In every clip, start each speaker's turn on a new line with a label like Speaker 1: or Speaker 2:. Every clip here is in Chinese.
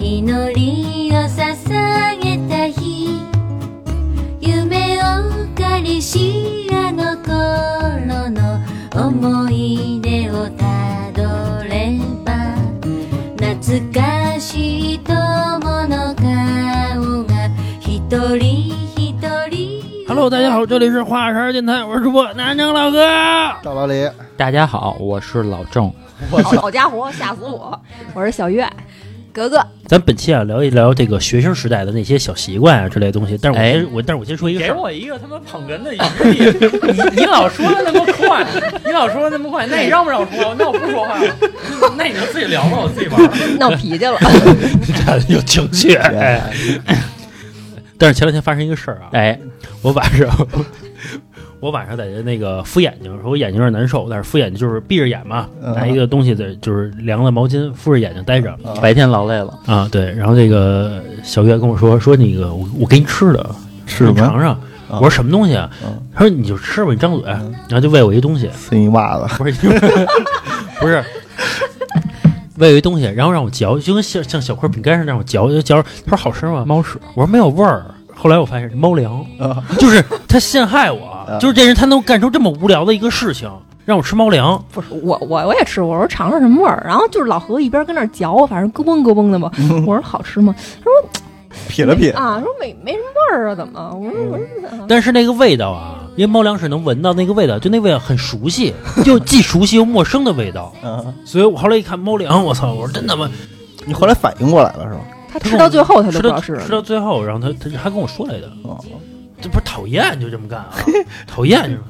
Speaker 1: 祈りを捧げた日夢を借りしあの頃の思い出をたどれば懐かしい友の顔が一人一人
Speaker 2: Hello，大家好，这里是花儿电台，我是主播南城老哥。
Speaker 3: 赵老李，
Speaker 4: 大家好，我是老郑。
Speaker 5: 好好家伙，吓死我！我是小月，格 格，
Speaker 2: 咱本期啊聊一聊这个学生时代的那些小习惯啊之类的东西。但是我
Speaker 4: 哎
Speaker 2: 先我但是我先说一个事
Speaker 6: 给
Speaker 2: 儿，
Speaker 6: 我一个他妈捧哏的余地，你你老说那么快，你老说那么快，那你让不让我说？那我不说话了，那你就自己聊吧，我自己玩儿。
Speaker 5: 闹脾气了。
Speaker 2: 有情绪。哎，但是前两天发生一个事儿啊，
Speaker 4: 哎，
Speaker 2: 我晚上 我晚上在那个敷眼睛，说我眼睛有点难受，但是敷眼睛就是闭着眼嘛，
Speaker 3: 嗯
Speaker 2: 拿一个东西的，就是凉的毛巾敷着眼睛待着
Speaker 3: 啊
Speaker 4: 白天劳累了，
Speaker 2: 啊。对，然后这个小月跟我说说那个我我给你吃的，
Speaker 3: 吃什
Speaker 2: 你
Speaker 3: 么
Speaker 2: 尝？尝。
Speaker 3: 啊
Speaker 2: 我说什么东西啊
Speaker 3: 嗯？
Speaker 2: 他说你就吃吧，你张嘴，然后就喂我一 东西，
Speaker 3: 撕你袜子，
Speaker 2: 不是 不是，喂我一东西，然后让我嚼，就跟像像小块饼干似的让我嚼，就嚼。他说好吃吗？
Speaker 4: 猫屎。
Speaker 2: 我说没有味儿。后来我发现是猫粮，
Speaker 3: 啊
Speaker 2: 就是他陷害我，
Speaker 3: 啊
Speaker 2: 就是这人他能干出这么无聊的一个事情，让我吃猫粮。
Speaker 5: 不是我，我我也吃过，我说尝尝什么味儿。然后就是老何一边跟那儿嚼，反正咯嘣咯嘣 的嘛。我说好吃吗？
Speaker 3: 撇了撇，
Speaker 5: 啊，说没没什么味儿啊，怎么？我说
Speaker 2: 嗯
Speaker 5: 我说啊
Speaker 2: 但是那个味道啊，因为猫粮是能闻到那个味道，就那味道很熟悉，就既熟悉又陌生的味道。
Speaker 3: 啊，
Speaker 2: 所以我后来一看猫粮，我操，我说真他妈
Speaker 3: 你后来反应过来了是吧？
Speaker 5: 他吃到最后他都不知道是
Speaker 2: 吃到
Speaker 5: 什
Speaker 2: 吃
Speaker 5: 么。
Speaker 2: 到最后，然后他他还跟我说来的，
Speaker 3: 哦，
Speaker 2: 这不是讨厌就这么干 啊，讨厌就是。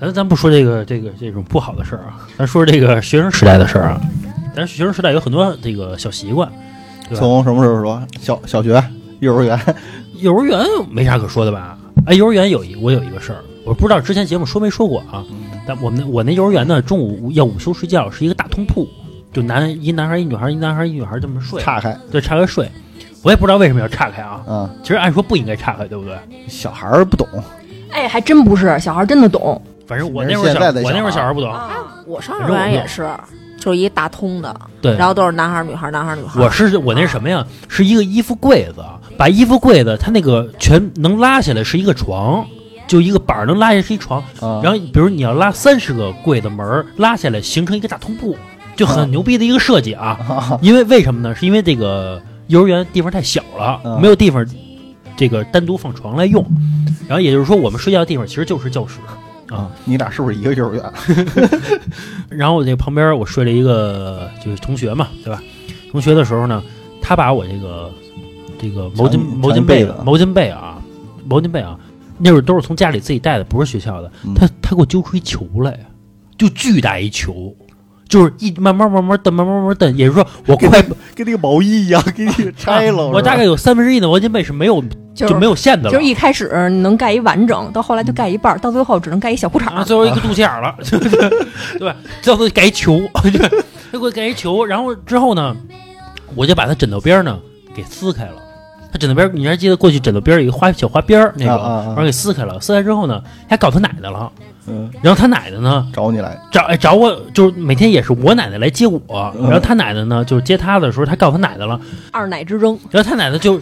Speaker 2: 咱咱不说这个这个这种不好的事儿啊，咱说这个学生时代的事儿啊。咱学生时代有很多这个小习惯，对吧
Speaker 3: 从什么时候说？小小学、幼儿园，
Speaker 2: 幼儿园没啥可说的吧？哎，幼儿园有一我有一个事儿，我不知道之前节目说没说过啊。但我们那我那幼儿园呢，中午要午休睡觉是一个大通铺，就男一男孩一女孩一男孩一女孩这么睡，
Speaker 3: 岔开
Speaker 2: 对岔开睡。我也不知道为什么要岔开啊，
Speaker 3: 啊，
Speaker 2: 其实按说不应该岔开，对不对？
Speaker 3: 小孩儿不懂，
Speaker 5: 哎，还真不是，小孩真的懂。啊
Speaker 2: 反正我那会儿
Speaker 3: 现
Speaker 2: 小
Speaker 3: 在的
Speaker 2: 我那会儿小孩不懂，
Speaker 7: 我嗯上幼儿园也是，就是一大通的，
Speaker 2: 对
Speaker 7: 然后都是男孩儿女孩儿，男孩儿女孩儿。
Speaker 2: 我是我那是什么呀？是一个衣服柜子，把衣服柜子它那个全能拉下来是一个床，就一个板儿能拉下来是一床。
Speaker 3: 啊
Speaker 2: 然后比如你要拉三十个柜子门儿拉下来，形成一个大通铺，就很牛逼的一个设计啊！
Speaker 3: 啊
Speaker 2: 因为为什么呢？是因为这个幼儿园地方太小了，
Speaker 3: 嗯
Speaker 2: 没有地方这个单独放床来用。然后也就是说，我们睡觉的地方其实就是教室。
Speaker 3: 啊，你俩是不是一个幼儿园？
Speaker 2: 然后我这旁边我睡了一个就是同学嘛，对吧？同学的时候呢，他把我这个这个毛巾
Speaker 3: 藏你
Speaker 2: 毛巾
Speaker 3: 藏
Speaker 2: 被
Speaker 3: 被子
Speaker 2: 毛巾被啊，毛巾被啊，那会儿都是从家里自己带的，不是学校的。
Speaker 3: 嗯
Speaker 2: 他他给我揪出一球来，就巨大一球，就是一慢慢慢慢蹬，慢慢慢慢蹬，也就是说我快啊
Speaker 3: 跟那个毛衣一样， 给你拆了。
Speaker 2: 我大概有三分之一的毛巾被是没有
Speaker 5: 就
Speaker 2: 没有线的
Speaker 5: 就是
Speaker 2: 了。
Speaker 5: 一开始你能盖一完整，到后来就盖一半儿，到最后只能盖一小裤衩
Speaker 2: 啊，
Speaker 5: 儿。
Speaker 2: 最后一个肚脐眼儿了，对吧？最后改球， 对他给我改一球，然后之后呢，我就把他枕头边儿呢给撕开了。他枕头边儿，你还记得过去枕头边儿有一个花小花边儿那个，
Speaker 3: 啊啊啊
Speaker 2: 然后给撕开了。撕开之后呢，还搞他奶奶了。
Speaker 3: 嗯，
Speaker 2: 然后他奶奶呢，
Speaker 3: 找你来，
Speaker 2: 找哎找我，就是每天也是我奶奶来接我，
Speaker 3: 嗯
Speaker 2: 然后他奶奶呢，就是接他的时候，他告他奶奶了，
Speaker 5: 二奶之争，
Speaker 2: 然后他奶奶就，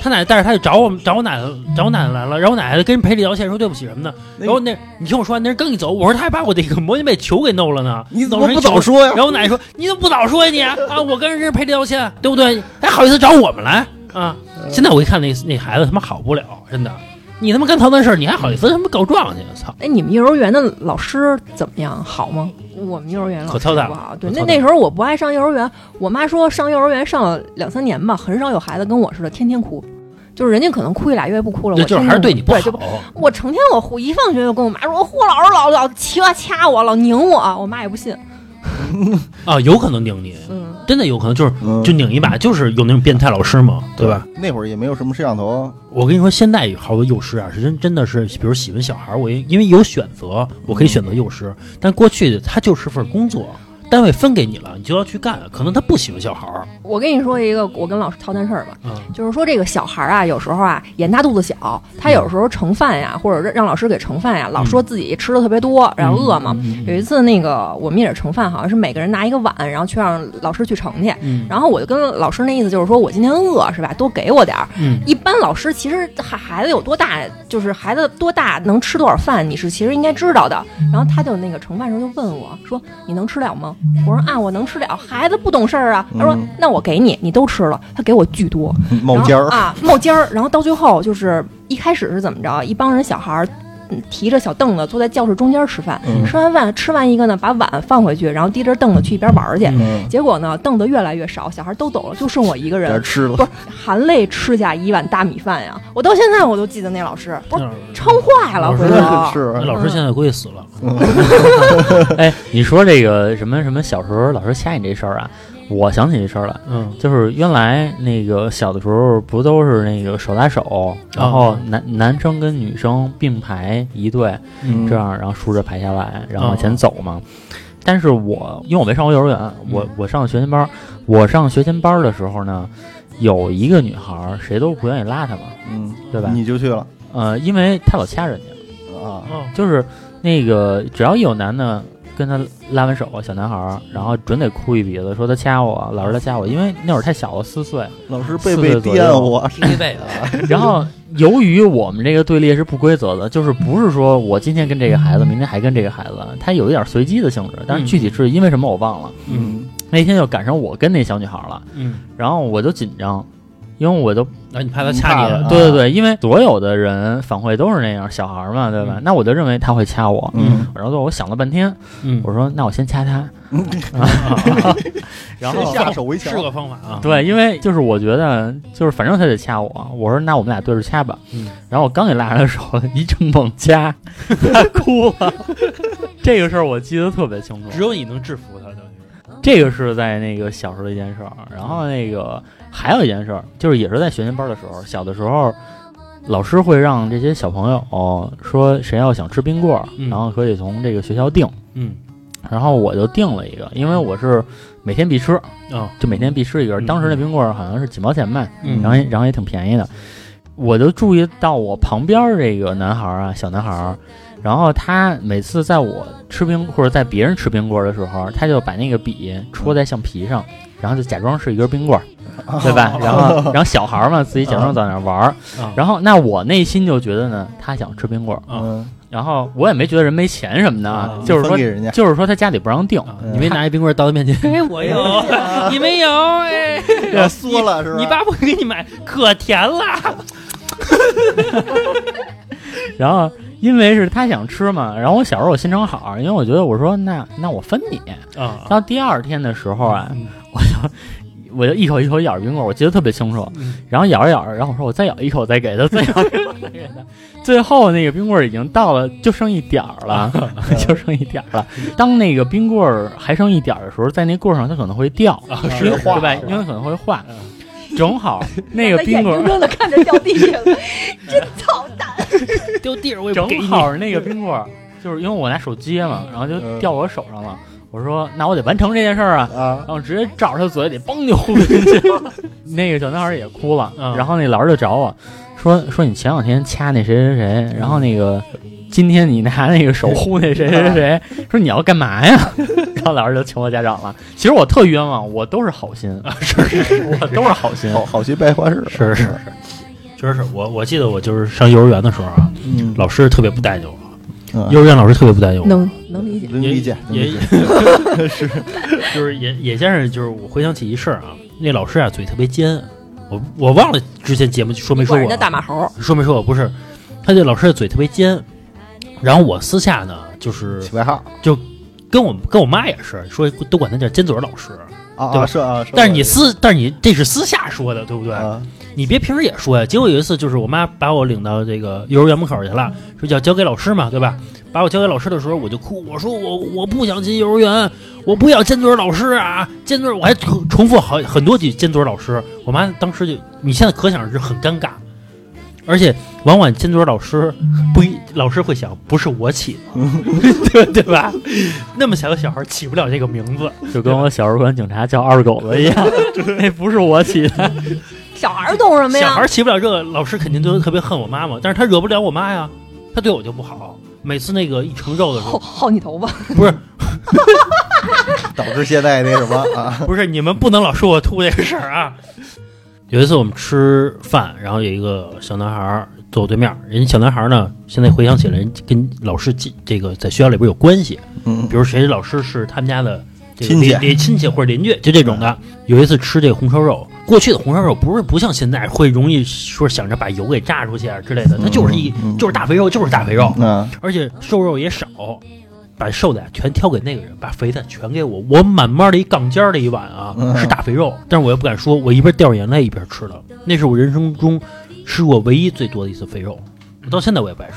Speaker 2: 他奶奶带着他就找我们找我奶奶找我奶奶来了，然后我奶奶跟人赔礼道歉说对不起什么的，
Speaker 3: 那
Speaker 2: 然后那你听我说完，那人刚一走，我说他还把我这个摩天被球给弄了呢，
Speaker 3: 你怎
Speaker 2: 弄
Speaker 3: 么
Speaker 2: 成一
Speaker 3: 不
Speaker 2: 球
Speaker 3: 早说呀
Speaker 2: 然？后我奶奶说你怎么不早说呀你啊，我跟人赔礼道歉，对不对？还好意思找我们来啊？
Speaker 3: 呃
Speaker 2: 现在我一看那那孩子他妈好不了，真的，你他妈干操蛋事儿，你还好意思他妈告状去？操！
Speaker 5: 哎，你们幼儿园的老师怎么样？好吗？我们幼儿园老
Speaker 2: 可
Speaker 5: 师
Speaker 2: 操蛋
Speaker 5: 不好。对，
Speaker 2: 可
Speaker 5: 那
Speaker 2: 操蛋
Speaker 5: 那时候我不爱上幼儿园，我妈说上幼儿园上了两三年吧，很少有孩子跟我似的天天哭，就是人家可能哭一俩月不哭了，我
Speaker 2: 那就是
Speaker 5: 天
Speaker 2: 还是
Speaker 5: 天
Speaker 2: 对你不
Speaker 5: 对就
Speaker 2: 好。
Speaker 5: 我成天我胡一放学就跟我妈说，我胡老师老老骑了掐我，老拧我，我妈也不信。
Speaker 2: 啊，有可能拧你，
Speaker 5: 嗯，
Speaker 2: 真的有可能就是
Speaker 3: 嗯
Speaker 2: 就拧一把，就是有那种变态老师嘛，对吧？？
Speaker 3: 那会儿也没有什么摄像头，
Speaker 2: 我跟你说，现在有好多幼师啊，是真真的是，比如喜欢小孩儿，我因因为有选择，我可以选择幼师，但过去他就是份工作，单位分给你了，你就要去干。可能他不喜欢小孩儿，
Speaker 5: 我跟你说一个我跟老师掏谈事儿吧，
Speaker 2: 嗯，
Speaker 5: 就是说这个小孩儿啊，有时候啊眼大肚子小，他有时候盛饭呀，或者让让老师给盛饭呀，老
Speaker 2: 嗯
Speaker 5: 说自己吃的特别多，然后饿嘛。有一次那个我们也是盛饭，好像是每个人拿一个碗，然后去让老师去盛去。
Speaker 2: 嗯，
Speaker 5: 然后我就跟老师那意思就是说我今天饿是吧，多给我点儿。
Speaker 2: 嗯
Speaker 5: 一般老师其实孩孩子有多大，就是孩子多大能吃多少饭，你是其实应该知道的。然后他就那个盛饭时候就问我说：“你能吃了吗？”我说：“啊，我能吃了。”孩子不懂事儿啊，他说：“
Speaker 3: 嗯
Speaker 5: 那我给你，你都吃了。”他给我巨多，
Speaker 2: 嗯
Speaker 3: 冒尖儿
Speaker 5: 然后，啊，冒尖儿。然后到最后就是一开始是怎么着？一帮人小孩儿嗯提着小凳子坐在教室中间吃饭，
Speaker 3: 嗯
Speaker 5: 吃完饭吃完一个呢，把碗放回去，然后提着凳子去一边玩儿去。
Speaker 3: 嗯，
Speaker 5: 结果呢，凳子越来越少，小孩都走了，就剩我一个
Speaker 3: 在这
Speaker 5: 人，
Speaker 3: 吃
Speaker 5: 不
Speaker 3: 了
Speaker 5: 是含泪吃下一碗大米饭呀！我到现在我都记得那老师，不是撑坏了，
Speaker 2: 老师
Speaker 5: 回头
Speaker 3: 嗯 是
Speaker 2: 那老师现在估计死了。
Speaker 4: 哎，你说这个什么什么小时候老师掐你这事儿啊，我想起一事儿来，
Speaker 2: 嗯
Speaker 4: 就是原来那个小的时候不都是那个手拉手，然后男、男生跟女生并排一队，
Speaker 3: 嗯
Speaker 4: 这样然后竖着排下来，然
Speaker 2: 哦
Speaker 4: 后往前走嘛。但是我因为我没上过幼儿园，我
Speaker 2: 嗯
Speaker 4: 我上的学前班儿，我上学前班儿的时候呢，有一个女孩儿谁都不愿意拉她嘛，
Speaker 3: 嗯，
Speaker 4: 对吧？
Speaker 3: 你就去了
Speaker 4: 呃，因为她老掐人家。
Speaker 3: 啊，
Speaker 2: 哦
Speaker 4: 就是那个只要一有男的跟他拉完手，啊小男孩儿，然后准得哭一鼻子，说他掐我，老师他掐我，因为那会儿太小了，四岁。
Speaker 3: 老师背
Speaker 4: 四
Speaker 3: 背
Speaker 4: 岁左右
Speaker 3: 颠我，
Speaker 8: 踢被子，
Speaker 4: 然后由于我们这个队列是不规则的，就是不是说我今天跟这个孩子，明天还跟这个孩子，他有一点随机的性质，但是具体是因为什么我忘了。
Speaker 3: 嗯，
Speaker 4: 那天就赶上我跟那小女孩了，
Speaker 2: 嗯，
Speaker 4: 然后我就紧张。因为我都
Speaker 2: 那你怕他掐你了？
Speaker 4: 对对对，因为所有的人反馈都是那样，小孩儿嘛，对吧？
Speaker 2: 嗯
Speaker 4: 那我就认为他会掐我，
Speaker 3: 嗯，
Speaker 4: 然后我想了半天，
Speaker 2: 嗯，
Speaker 4: 我说那我先掐他，
Speaker 2: 然
Speaker 3: 是
Speaker 2: 后
Speaker 3: 下手为
Speaker 2: 是
Speaker 3: 强，
Speaker 2: 个方法啊。
Speaker 4: 对，因为就是我觉得，就是反正他得掐我，我说那我们俩对着掐吧。
Speaker 2: 嗯
Speaker 4: 然后我刚给拉上的手，一阵猛掐，他哭了。 这个事儿我记得特别清楚
Speaker 2: 只，有你能制服他，等于是。
Speaker 4: 这个是在那个小时候的一件事儿。然后那个还有一件事儿，就是也是在学前班的时候，小的时候。老师会让这些小朋友、说谁要想吃冰棍儿，
Speaker 2: 嗯
Speaker 4: 然后可以从这个学校订。
Speaker 2: 嗯
Speaker 4: 然后我就订了一个，因为我是每天必吃，
Speaker 2: 啊
Speaker 4: 就每天必吃一根儿。
Speaker 2: 嗯
Speaker 4: 当时那冰棍儿好像是几毛钱卖，
Speaker 2: 嗯
Speaker 4: 然后也然后也挺便宜的。我就注意到我旁边儿这个男孩儿啊，小男孩儿，然后他每次在我吃冰或者在别人吃冰棍儿的时候，他就把那个笔戳在橡皮上，然后就假装是一根冰棍儿，对吧？然 后然后小孩儿嘛，自己假
Speaker 3: 嗯
Speaker 4: 装在那儿玩儿
Speaker 2: 啊，
Speaker 4: 然后那我内心就觉得呢，他想吃冰棍儿，
Speaker 3: 嗯，
Speaker 4: 然后我也没觉得人没钱什么的，啊
Speaker 2: 啊，
Speaker 4: 就是
Speaker 3: 分
Speaker 4: 说
Speaker 3: 给人家，
Speaker 4: 就是说他家里不让订，
Speaker 2: 啊！
Speaker 3: 嗯
Speaker 2: 你 没拿一冰棍儿到他面前，哎，我有，你没有，哎，
Speaker 3: 要缩了是吧？
Speaker 2: 你爸不给你买，可甜了。
Speaker 4: 然后因为是他想吃嘛，然后我小时候我心肠好，因为我觉得我说那那我分你。
Speaker 2: 啊，
Speaker 4: 到第二天的时候啊，我就一口一口咬冰棍，我记得特别清楚。
Speaker 2: 嗯
Speaker 4: 然后咬着咬着，然后我说我再咬一口再给他，再咬一口再给他。最后那个冰棍已经到了，就剩一点儿了， 就剩一点儿了。当那个冰棍儿还剩一点儿的时候，在那棍儿上它可能会掉，
Speaker 2: 啊 是
Speaker 4: 对吧？因为可能会化。正好 那个
Speaker 5: 他
Speaker 4: 冰
Speaker 5: 眼
Speaker 4: 棍儿
Speaker 5: 睁睁的看着掉地下了，真操蛋！
Speaker 2: 丢地儿我也不
Speaker 4: 正
Speaker 2: 给你。
Speaker 4: 好那个冰棍儿，就是因为我拿手接嘛，然后就掉我手上了。我说那我得完成这件事儿啊，
Speaker 3: 啊，
Speaker 4: 然后直接照着他嘴里嘣就呼进去了。 那个小男孩儿也哭了，
Speaker 2: 嗯
Speaker 4: 然后那老师就找我说说你前两天掐那谁谁谁，然后那个今天你拿那个手呼那谁谁谁，说你要干嘛呀？ 然后老师就请我家长了。其实我特冤枉，我都是好心，啊是是是，我都是好心。
Speaker 3: 好好学败坏事，
Speaker 2: 是是是，确实是我我记得我就是上幼儿园的时候啊，
Speaker 3: 嗯，
Speaker 2: 老师特别不待见我，
Speaker 3: 嗯
Speaker 2: 幼儿园老师特别不待见我。
Speaker 5: 能能理解，
Speaker 3: 能
Speaker 2: 也
Speaker 3: 理解，能
Speaker 2: 也
Speaker 3: 理解，
Speaker 2: 是，就是也也先生，就是我回想起一事儿啊，那老师啊嘴特别尖，我我忘了之前节目说没说
Speaker 5: 管人
Speaker 2: 过
Speaker 5: 家
Speaker 2: 啊，
Speaker 5: 大马猴，
Speaker 2: 说没说过不是，他这老师的嘴特别尖，然后我私下呢就是
Speaker 3: 起外号
Speaker 2: 跟我跟我妈也是说都管他叫尖嘴儿老师，
Speaker 3: 啊
Speaker 2: 对吧
Speaker 3: 啊是啊，
Speaker 2: 但是你私但是你这是私下说的，对不对？
Speaker 3: 啊，
Speaker 2: 你别平时也说呀。结果有一次就是我妈把我领到这个幼儿园门口去了，说要交给老师嘛，对吧？把我交给老师的时候，我就哭，我说我我不想进幼儿园，我不要尖嘴老师啊，尖嘴我还重重复好很多句尖嘴老师。我妈当时就，你现在可想而知很尴尬，而且往往尖嘴老师不一老师会想，不是我起的， 对对吧？那么小的小孩起不了这个名字，
Speaker 4: 就跟我小时候管警察叫二狗子一 样，那不是我起的。
Speaker 6: 小孩儿懂什么
Speaker 2: 小
Speaker 6: 呀？
Speaker 2: 孩起不了这个，老师肯定就特别恨我妈妈，但是他惹不了我妈呀，他对我就不好。每次那个一成肉的时
Speaker 6: 薅
Speaker 2: 候，
Speaker 6: 薅你头发，
Speaker 3: 啊
Speaker 2: 不是
Speaker 3: 导致现在那什么啊，
Speaker 2: 不是，你们不能老说我秃这个事儿啊。有一次我们吃饭，然后有一个小男孩儿坐我对面儿，人家小男孩儿呢，现在回想起来，人跟老师进这个在学校里边有关系，
Speaker 3: 嗯
Speaker 2: 比如谁老师是他们家的这个
Speaker 3: 亲戚
Speaker 2: 邻邻亲戚或者邻居，就这种的。有一次吃这个红烧肉，过去的红烧肉不是不像现在会容易说想着把油给炸出去啊之类的，它就是一
Speaker 3: 嗯嗯
Speaker 2: 就是大肥肉，就是大肥肉，
Speaker 3: 嗯，
Speaker 2: 而且瘦肉也少，把瘦的呀全挑给那个人，把肥的全给我，我满满的一杠尖儿的一碗啊，
Speaker 3: 嗯
Speaker 2: 是大肥肉，但是我又不敢说，我一边掉着眼泪一边吃的，那是我人生中吃过唯一最多的一次肥肉，我到现在我也不爱吃。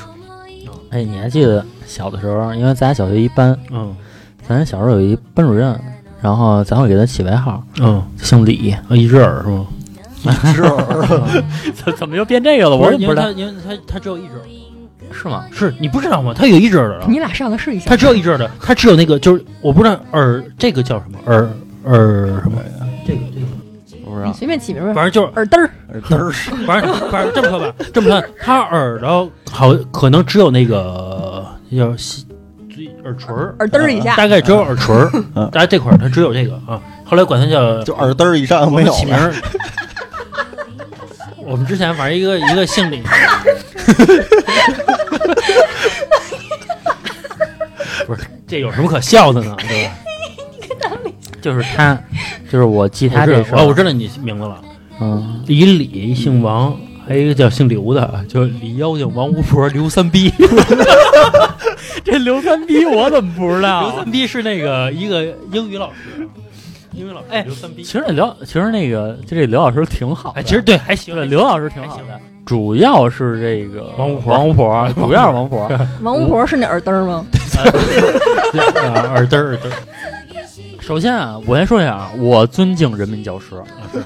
Speaker 4: 哎，你还记得小的时候，因为咱俩小学一班，
Speaker 2: 嗯
Speaker 4: 咱小时候有一班主任，然后咱会给他起外号，
Speaker 2: 嗯，
Speaker 4: 姓李。
Speaker 2: 一只耳是吗？
Speaker 3: 是
Speaker 4: 怎怎么又变这个了？
Speaker 2: 不
Speaker 4: 我
Speaker 2: 是，
Speaker 4: 也
Speaker 2: 因
Speaker 4: 不
Speaker 2: 为
Speaker 4: 知
Speaker 2: 他
Speaker 4: 道，
Speaker 2: 因为他他只有一只耳，
Speaker 4: 是吗？
Speaker 2: 是你不知道吗？他有一只耳的，
Speaker 6: 你俩上的是一下
Speaker 2: 他。只有一只耳的，他只有那个就是我不知道耳这个叫什么耳耳什么这个这个，
Speaker 4: 不知
Speaker 6: 你
Speaker 4: 道。
Speaker 6: 随便起名吧，
Speaker 2: 反正就是
Speaker 6: 耳嘚儿，
Speaker 3: 嘚儿是
Speaker 2: 反正反正这么说吧，这么说，他耳朵好可能只有那个那叫西嘴耳垂儿，
Speaker 6: 耳嘚儿一下，
Speaker 2: 大概只有耳垂儿
Speaker 3: 嗯，
Speaker 2: 大概这块儿他只有这个啊。后来管他叫
Speaker 3: 就耳嘚儿以上没有
Speaker 2: 起名
Speaker 3: 了，
Speaker 2: 儿。我们之前反正一个一个姓李， 不是这有什么可笑的呢？对吧？
Speaker 4: 就是他，就是我记他这
Speaker 2: 我
Speaker 4: 事
Speaker 2: 知
Speaker 4: 儿
Speaker 2: 道，哦我知道你名字了。
Speaker 4: 嗯，
Speaker 2: 李李姓王，还有一个叫姓刘的，啊叫李妖精、王巫婆、刘三逼。
Speaker 4: 这刘三逼我怎么不知啊
Speaker 2: 刘？三逼是那个一个英语老师，英语老师
Speaker 4: 哎
Speaker 2: 刘三逼。
Speaker 4: 其实那刘，其实那个，就这刘老师挺好的。
Speaker 2: 哎，其实对还行
Speaker 4: 对，刘老师挺好的，主要是这个
Speaker 2: 王
Speaker 4: 五
Speaker 2: 五婆
Speaker 4: 王五婆， 主要是王五婆。
Speaker 6: 王巫婆是那耳嘚儿吗？
Speaker 2: 呃耳嘚耳嘚。
Speaker 4: 首先啊，我先说一下啊，我尊敬人民教师，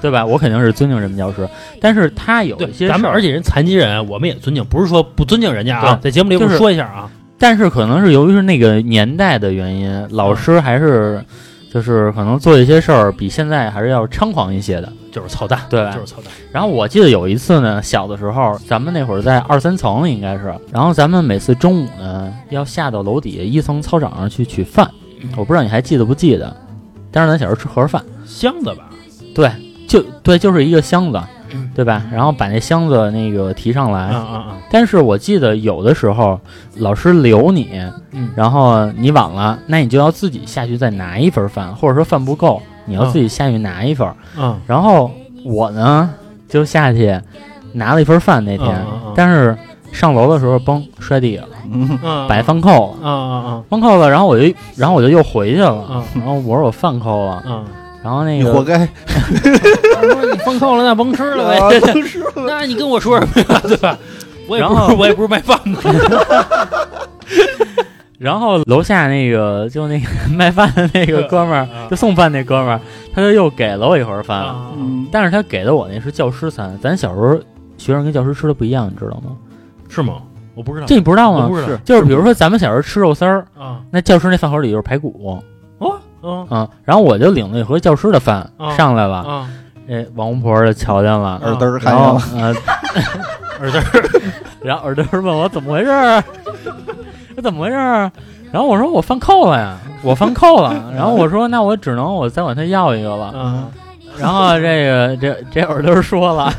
Speaker 4: 对吧？我肯定是尊敬人民教师，但是他有一些
Speaker 2: 对，咱
Speaker 4: 事
Speaker 2: 们
Speaker 4: 儿
Speaker 2: 而且人残疾人，我们也尊敬，不是说不尊敬人家啊。
Speaker 4: 对
Speaker 2: 在节目里我
Speaker 4: 就是
Speaker 2: 们说一下啊，
Speaker 4: 但是可能是由于是那个年代的原因，老师还是就是可能做一些事儿比现在还是要猖狂一些的。
Speaker 2: 就是操蛋，
Speaker 4: 对吧
Speaker 2: 就是操蛋。
Speaker 4: 然后我记得有一次呢，小的时候，咱们那会儿在二三层应该是，然后咱们每次中午呢要下到楼底下一层操场上去取饭，我不知道你还记得不记得，但是咱小时候吃盒饭，
Speaker 2: 箱子吧，
Speaker 4: 对，就对，就是一个箱子，对吧？然后把那箱子那个提上来，
Speaker 2: 啊啊啊，
Speaker 4: 但是我记得有的时候老师留你，
Speaker 2: 嗯
Speaker 4: 然后你晚了，那你就要自己下去再拿一份饭，或者说饭不够，你要自己下去拿一份。
Speaker 2: 嗯
Speaker 4: 然后我呢就下去拿了一份饭那天，
Speaker 2: 嗯嗯嗯
Speaker 4: 但是上楼的时候嘣摔地下了，
Speaker 3: 嗯
Speaker 2: 嗯，
Speaker 4: 把饭扣了。
Speaker 2: 啊啊
Speaker 4: 饭扣了，然后我就，然后我就又回去
Speaker 2: 啊
Speaker 4: 了。
Speaker 2: 啊
Speaker 4: 然后我说我饭扣了，
Speaker 2: 啊！
Speaker 4: 然后那
Speaker 3: 你
Speaker 4: 个
Speaker 3: 活该，
Speaker 2: 你崩扣了，那甭吃了
Speaker 3: 啊
Speaker 2: 呗。
Speaker 3: 都是
Speaker 2: 那你跟我说什么呀？对吧？我也不
Speaker 4: 然
Speaker 2: 是
Speaker 4: 后，
Speaker 2: 我也不是卖饭的。
Speaker 4: 然后楼下那个就那个卖饭的 那个哥们儿，
Speaker 2: 啊
Speaker 4: 就送饭那哥们儿，他就又给了我一盒饭，
Speaker 2: 啊
Speaker 3: 嗯
Speaker 4: 但是他给的我那是教师餐，咱小时候学生跟教师吃的不一样，你知道吗？
Speaker 2: 是吗？我不知道
Speaker 4: 这，你不知道
Speaker 2: 嗯我
Speaker 4: 吗
Speaker 2: 不？知道
Speaker 3: 是
Speaker 4: 就是比如说咱们小时候吃肉丝儿，
Speaker 2: 啊
Speaker 4: 那教师那饭盒里就是排骨
Speaker 2: 哦嗯
Speaker 4: 啊、然后我就领了一盒教师的饭、
Speaker 2: 啊
Speaker 4: 上来了，
Speaker 2: 啊
Speaker 4: 那、王王婆就瞧见了，
Speaker 3: 耳嘚儿看
Speaker 4: 然后
Speaker 3: 上
Speaker 4: 呃，
Speaker 2: 耳朵。
Speaker 4: 然后耳朵问我怎么回事儿，我怎么回事儿？然后我说我犯扣了呀，我犯扣了。然后我说那我只能我再管他要一个了。
Speaker 2: 嗯
Speaker 4: 然后这个这这耳朵说了，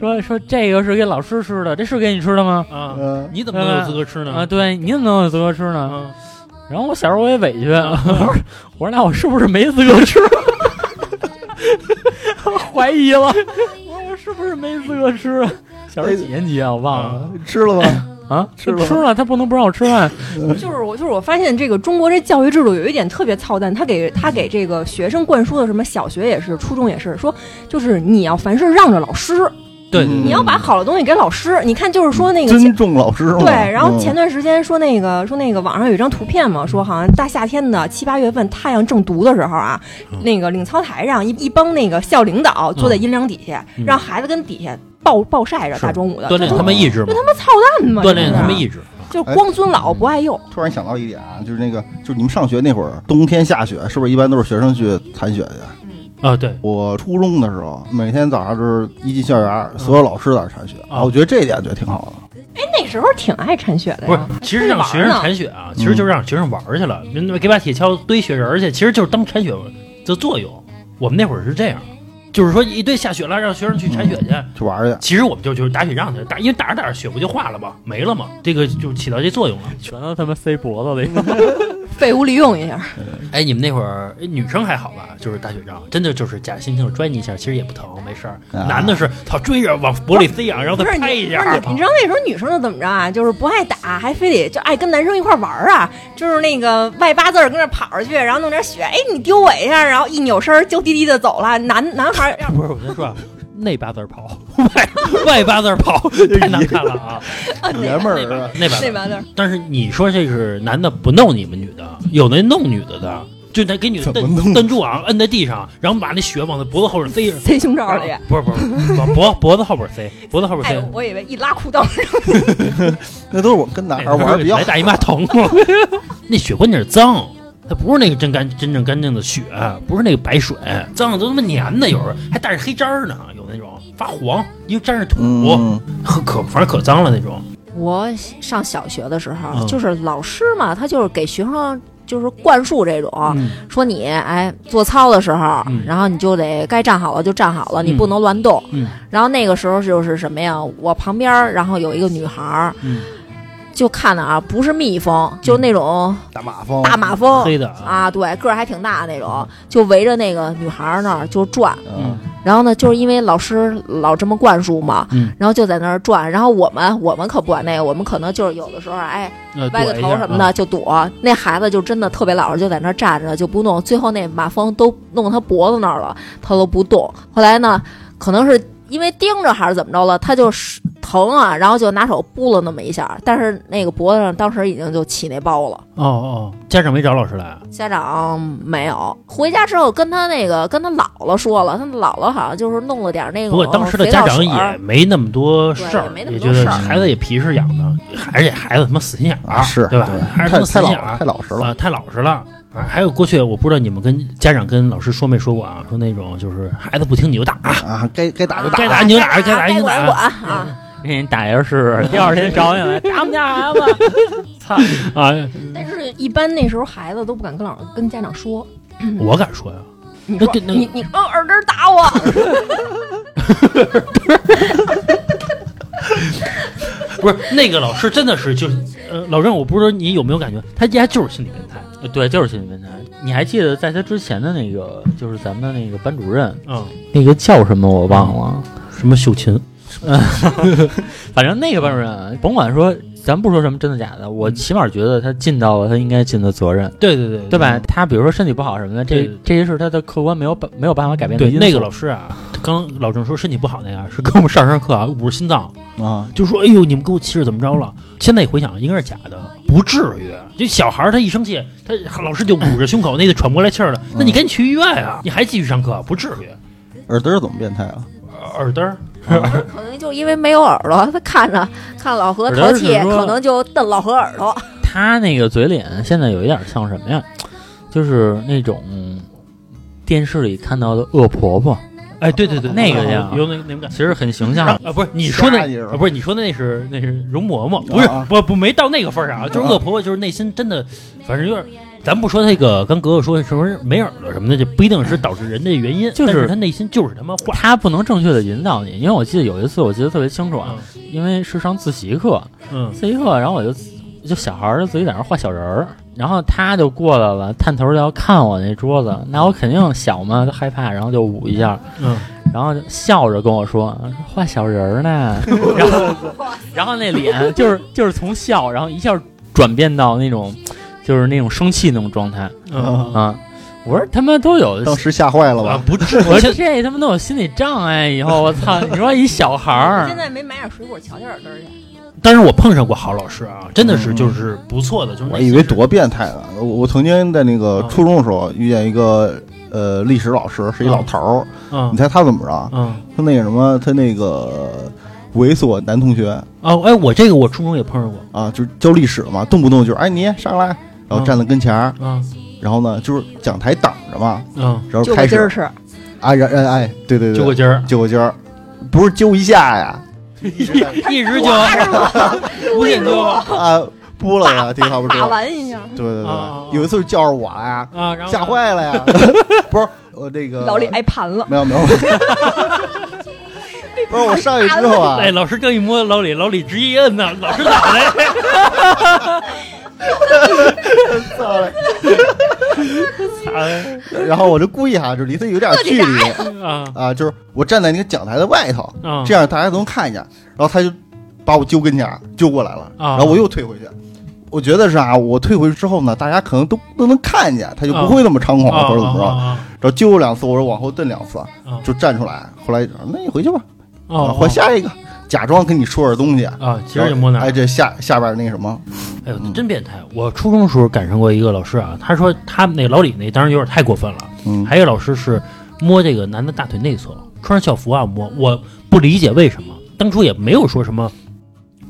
Speaker 4: 说说这个是给老师吃的，这是给你吃的吗？
Speaker 2: 啊，
Speaker 3: 嗯，
Speaker 2: 你怎么能有资格吃呢？
Speaker 4: 啊，对，你怎么能有资格吃呢？
Speaker 2: 啊，
Speaker 4: 然后我小时候我也委屈，我说我说那我是不是没资格吃？ 怀疑了，我说我是不是没资格吃？啊小时候几年级啊？我忘了
Speaker 3: 吃了吗？哎
Speaker 4: 啊，
Speaker 3: 吃了吗
Speaker 4: 吃了，他不能不让我吃饭。
Speaker 2: 嗯
Speaker 6: 就是我，就是我发现这个中国这教育制度有一点特别操蛋，他给他给这个学生灌输的什么小学也是，初中也是，说就是你要凡事让着老师，
Speaker 2: 对
Speaker 3: 嗯
Speaker 6: 你要把好的东西给老师。你看，就是说那个前
Speaker 3: 尊重老师嘛，
Speaker 2: 啊
Speaker 6: 对，然后前
Speaker 3: 嗯
Speaker 6: 段时间说那个说那个网上有一张图片嘛，说好像大夏天的七八月份太阳正毒的时候啊，那个领操台上一一帮那个校领导坐在阴凉底下，
Speaker 4: 嗯
Speaker 6: 让孩子跟底下暴暴晒着，
Speaker 2: 是
Speaker 6: 大中午的，
Speaker 2: 锻炼
Speaker 6: 这
Speaker 2: 他
Speaker 6: 不
Speaker 2: 们意志嘛，
Speaker 6: 干嘛？
Speaker 2: 锻炼他们意志。
Speaker 6: 就光尊老不爱幼。
Speaker 3: 突然想到一点啊，就是那个，就是你们上学那会儿，冬天下雪，是不是一般都是学生去铲雪去？
Speaker 2: 啊，对，
Speaker 3: 我初中的时候，每天早上就是一进校园，所有老师在那儿铲雪
Speaker 2: 啊
Speaker 3: 我觉得这一点觉得挺好的。
Speaker 6: 哎那时候挺爱铲雪的
Speaker 2: 不是
Speaker 6: 呀，，
Speaker 2: 其实让学生铲雪啊，其实就是让学生玩儿去了，人给把铁锹堆雪人儿去，其实就是当铲雪的作用。我们那会儿是这样，就是说一堆下雪了，让学生去铲雪去。
Speaker 6: 嗯
Speaker 3: 去玩儿去，
Speaker 2: 其实我们就就是打雪仗去，打因为打着打着雪不就化了吗？没了吗？这个就起到这作用了。
Speaker 4: 全都他妈塞脖子里。
Speaker 6: 废物利用一下。
Speaker 2: 哎，你们那会儿哎女生还好吧？就是打雪仗，真的就是假惺惺拽你一下，其实也不疼，没事儿。
Speaker 3: 啊
Speaker 2: 男的是操追着往脖里塞呀，然后
Speaker 6: 不
Speaker 2: 再
Speaker 6: 是你，
Speaker 2: 拍一下啊
Speaker 6: 不是。你，你知道那时候女生就怎么着啊？就是不爱打，还非得就爱跟男生一块玩儿啊，就是那个外八字儿跟那跑着去，然后弄点雪，哎，你丢我一下，然后一扭身儿娇滴滴的走了。男男孩 儿
Speaker 2: 不是，我先说啊， 内八字儿跑，外外八字儿 跑，太难看了啊！
Speaker 3: 爷 们儿啊，
Speaker 2: 内八字
Speaker 6: 那
Speaker 2: 儿
Speaker 6: 八字儿，
Speaker 2: 但是你说这是男的不弄你们女的，有那弄女的的，就得给女的
Speaker 3: 怎
Speaker 2: 蹬
Speaker 3: 么弄
Speaker 2: 蹬住啊，摁在地上，然后把那血往那脖子后边塞上。
Speaker 6: 塞胸罩里。
Speaker 2: 不是不是，往脖脖子后边塞，脖子后边
Speaker 6: 哎
Speaker 2: 塞
Speaker 6: 呦。，我以为一拉 裤裆，
Speaker 3: 那都是我跟男
Speaker 2: 哎
Speaker 3: 孩玩儿比较
Speaker 2: 来大姨妈疼 吗？那血关键是脏，它不是那个真干真正干净的血，不是那个白水，脏的都他妈粘的，有时候还带着黑渣儿呢，有那种发黄，因为沾着土，
Speaker 3: 嗯，
Speaker 2: 可 可反正可脏了那种。
Speaker 5: 我上小学的时候，
Speaker 2: 嗯
Speaker 5: 就是老师嘛，他就是给学生就是灌输这种，
Speaker 2: 嗯
Speaker 5: 说你哎做操的时候，
Speaker 2: 嗯
Speaker 5: 然后你就得该站好了就站好了，你
Speaker 2: 嗯
Speaker 5: 不能乱动。
Speaker 2: 嗯
Speaker 5: 然后那个时候就是什么呀？我旁边儿然后有一个女孩儿，
Speaker 2: 嗯
Speaker 5: 就看的啊，不是蜜蜂，就是那种
Speaker 3: 大马蜂，
Speaker 5: 大马
Speaker 2: 哦
Speaker 5: 蜂。
Speaker 2: 黑的，
Speaker 5: 啊，对，个儿还挺大的那种，就围着那个女孩儿那儿就转，
Speaker 3: 嗯，
Speaker 5: 然后呢，就是因为老师老这么灌输嘛，
Speaker 2: 嗯
Speaker 5: 然后就在那儿转，然后我们我们可不管那个，我们可能就是有的时候哎
Speaker 2: 呃
Speaker 5: 歪个
Speaker 2: 躲一
Speaker 5: 头
Speaker 2: 下
Speaker 5: 什么
Speaker 2: 啊
Speaker 5: 的就躲，那孩子就真的特别老实，就在那儿站着就不动，最后那马蜂都弄他脖子那儿了，他都不动。后来呢，可能是因为盯着还是怎么着了，他就是疼啊，然后就拿手拨了那么一下，但是那个脖子上当时已经就起那包了。
Speaker 2: 哦哦，家长没找老师来啊？
Speaker 5: 家长没有回家之后跟他那个跟他姥姥说了，他姥姥好像就是弄了点那个
Speaker 2: 不过当时的家长也没那么多事儿，
Speaker 5: 对没那
Speaker 2: 也
Speaker 5: 么
Speaker 2: 觉
Speaker 5: 多
Speaker 2: 得
Speaker 5: 事儿
Speaker 2: 孩子也皮实养的，还是这孩子他妈死心眼儿、
Speaker 3: 啊是
Speaker 2: 对吧？还是他妈
Speaker 3: 太太
Speaker 2: 死心眼
Speaker 3: 老
Speaker 2: 儿
Speaker 3: 太老实了，
Speaker 2: 啊，太老实了。啊还有过去，我不知道你们跟家长跟老师说没说过啊？说那种就是孩子不听你就打，
Speaker 3: 啊，该该打就打
Speaker 2: 该
Speaker 5: 该
Speaker 2: 打你就打，该打你就
Speaker 5: 管
Speaker 2: 打
Speaker 5: 管啊！
Speaker 4: 给你打一下试 试，第二 天找你来，打我们家孩子。
Speaker 2: 啊！
Speaker 6: 但是一般那时候孩子都不敢跟老跟家长说。
Speaker 2: 我敢说呀，
Speaker 6: 你说
Speaker 2: 那那
Speaker 6: 你你哦耳根儿打我，
Speaker 2: 不是那个老师真的是就是，呃，老郑，我不知道你有没有感觉，他家就是心理变态，
Speaker 4: 对，就是心理变态。你还记得在他之前的那个，就是咱们的那个班主任，
Speaker 2: 嗯，
Speaker 4: 那个叫什么我忘了，
Speaker 2: 什么秀琴，
Speaker 4: 反正那个班主任，啊甭管说，咱不说什么真的假的，
Speaker 2: 嗯
Speaker 4: 我起码觉得他尽到了他应该尽的责任，
Speaker 2: 对对对，
Speaker 4: 对吧？他比如说身体不好什么的，
Speaker 2: 对
Speaker 4: 这
Speaker 2: 嗯对对
Speaker 4: 这些是他的客观没有办没有办法改变的
Speaker 2: 对
Speaker 4: 因素。
Speaker 2: 那个老师啊，刚老郑说身体不好那个是跟我们上上课啊，捂着心脏，
Speaker 3: 啊，
Speaker 2: 就说：“哎呦，你们给我气是怎么着了？”现在一回想，应该是假的，不至于。就小孩儿他一生气，他老师就捂着胸口，那就喘不过来气儿了。那你赶紧去医院啊！你还继续上课，不至于。
Speaker 3: 耳朵是怎么变态啊？
Speaker 2: 耳灯儿，
Speaker 5: 可能就因为没有耳朵，他看着看老何淘气，
Speaker 4: 耳朵是说
Speaker 5: 可能就瞪老何耳朵。
Speaker 4: 他那个嘴脸现在有一点像什么呀？就是那种电视里看到的恶婆婆，
Speaker 2: 哎，对对对，
Speaker 4: 那个呀
Speaker 2: 有有那那种感觉。
Speaker 4: 其实很形象。
Speaker 2: 啊，不是你说那
Speaker 3: 瞎劲，儿
Speaker 2: 啊不是你说那是那是容嬷嬷，不是
Speaker 3: 啊
Speaker 2: 不不没到那个份儿上啊，就是恶婆婆，就是内心真的，反正有点。咱不说那个，跟格格说什么没耳朵什么的，这不一定是导致人的原因，
Speaker 4: 就是
Speaker 2: 但他内心就是他妈坏。
Speaker 4: 他不能正确的引导你，因为我记得有一次，我记得特别清楚啊，因为是上自习课，
Speaker 2: 嗯
Speaker 4: 自习课，然后我就就小孩儿就自己在那儿画小人儿，然后他就过来了，探头就要看我那桌子，那我肯定小嘛，就害怕，然后就捂一下，
Speaker 2: 嗯，
Speaker 4: 然后就笑着跟我说画小人儿呢，然后然后那脸就是就是从笑，然后一下转变到那种就是那种生气那种状态
Speaker 2: 嗯
Speaker 4: 啊，我说他妈都有
Speaker 3: 当时吓坏了
Speaker 2: 啊
Speaker 3: 吧？
Speaker 2: 不至于。
Speaker 4: 我说这他妈都有心理障碍，以后我操！你说一小孩儿
Speaker 6: 现，在没买点水果瞧瞧耳根儿去。
Speaker 2: 但是我碰上过好老师啊，真的是
Speaker 3: 嗯
Speaker 2: 就是不错的，就是那
Speaker 3: 我以为多变态呢。我我曾经在那个初中的时候遇见一个呃啊历史老师，是一老头儿。
Speaker 2: 嗯
Speaker 3: 你猜他怎么着？
Speaker 2: 嗯
Speaker 3: 他那个什么，他那个猥琐男同学
Speaker 2: 哦，哎，我这个我初中也碰上过
Speaker 3: 啊，就是教历史嘛，动不动就是哎你上来，然后站在跟前儿，
Speaker 2: 啊
Speaker 3: 然后呢就是讲台挡着嘛，
Speaker 2: 啊，
Speaker 3: 然后
Speaker 6: 就
Speaker 3: 开
Speaker 6: 我今儿
Speaker 3: 始
Speaker 6: 吃，
Speaker 3: 啊，然哎哎，对对
Speaker 2: 揪
Speaker 3: 对
Speaker 2: 过，筋儿，
Speaker 3: 揪过筋儿，不是揪一下呀，
Speaker 2: 一直揪，五点揪啊
Speaker 3: 啊，拨了呀，这个话不
Speaker 6: 打
Speaker 3: 说，
Speaker 6: 完一下，
Speaker 3: 对对
Speaker 2: 啊
Speaker 3: 对，有一次叫着我呀，，
Speaker 2: 然后
Speaker 3: 吓坏了 呀，不是我这个
Speaker 6: 老李哎挨盘了，
Speaker 3: 没有没 有，不是我上去之后啊，
Speaker 2: 哎，老师这一摸老李，老李直接一摁呐，老师脑 袋，
Speaker 3: 操嘞
Speaker 2: 哎
Speaker 3: 然后我就故意哈，就离他有点距离
Speaker 2: 啊
Speaker 3: 啊，就是我站在那个讲台的外头，
Speaker 2: 啊，
Speaker 3: 这样大家都能看见。然后他就把我揪跟前儿揪过来了，
Speaker 2: 啊
Speaker 3: 然后我又退回去。我觉得是啊，我退回去之后呢，大家可能都都能看见，他就不会那么猖狂
Speaker 2: 啊
Speaker 3: 或者怎么着。
Speaker 2: 啊
Speaker 3: 然后揪我两次，我说往后蹬两次
Speaker 2: 啊，
Speaker 3: 就站出来。后来哎那你回去吧，
Speaker 2: 啊，
Speaker 3: 换下一个，假装跟你说点东西。
Speaker 2: 啊，其实也摸哪
Speaker 3: 哎，这下下边那什么，
Speaker 2: 哎呦，
Speaker 3: 嗯
Speaker 2: 真变态！我初中的时候赶上过一个老师啊，他说他们那老李那当然有点太过分了。
Speaker 3: 嗯，
Speaker 2: 还有一个老师是摸这个男的大腿内侧，穿着校服啊摸，我不理解为什么，当初也没有说什么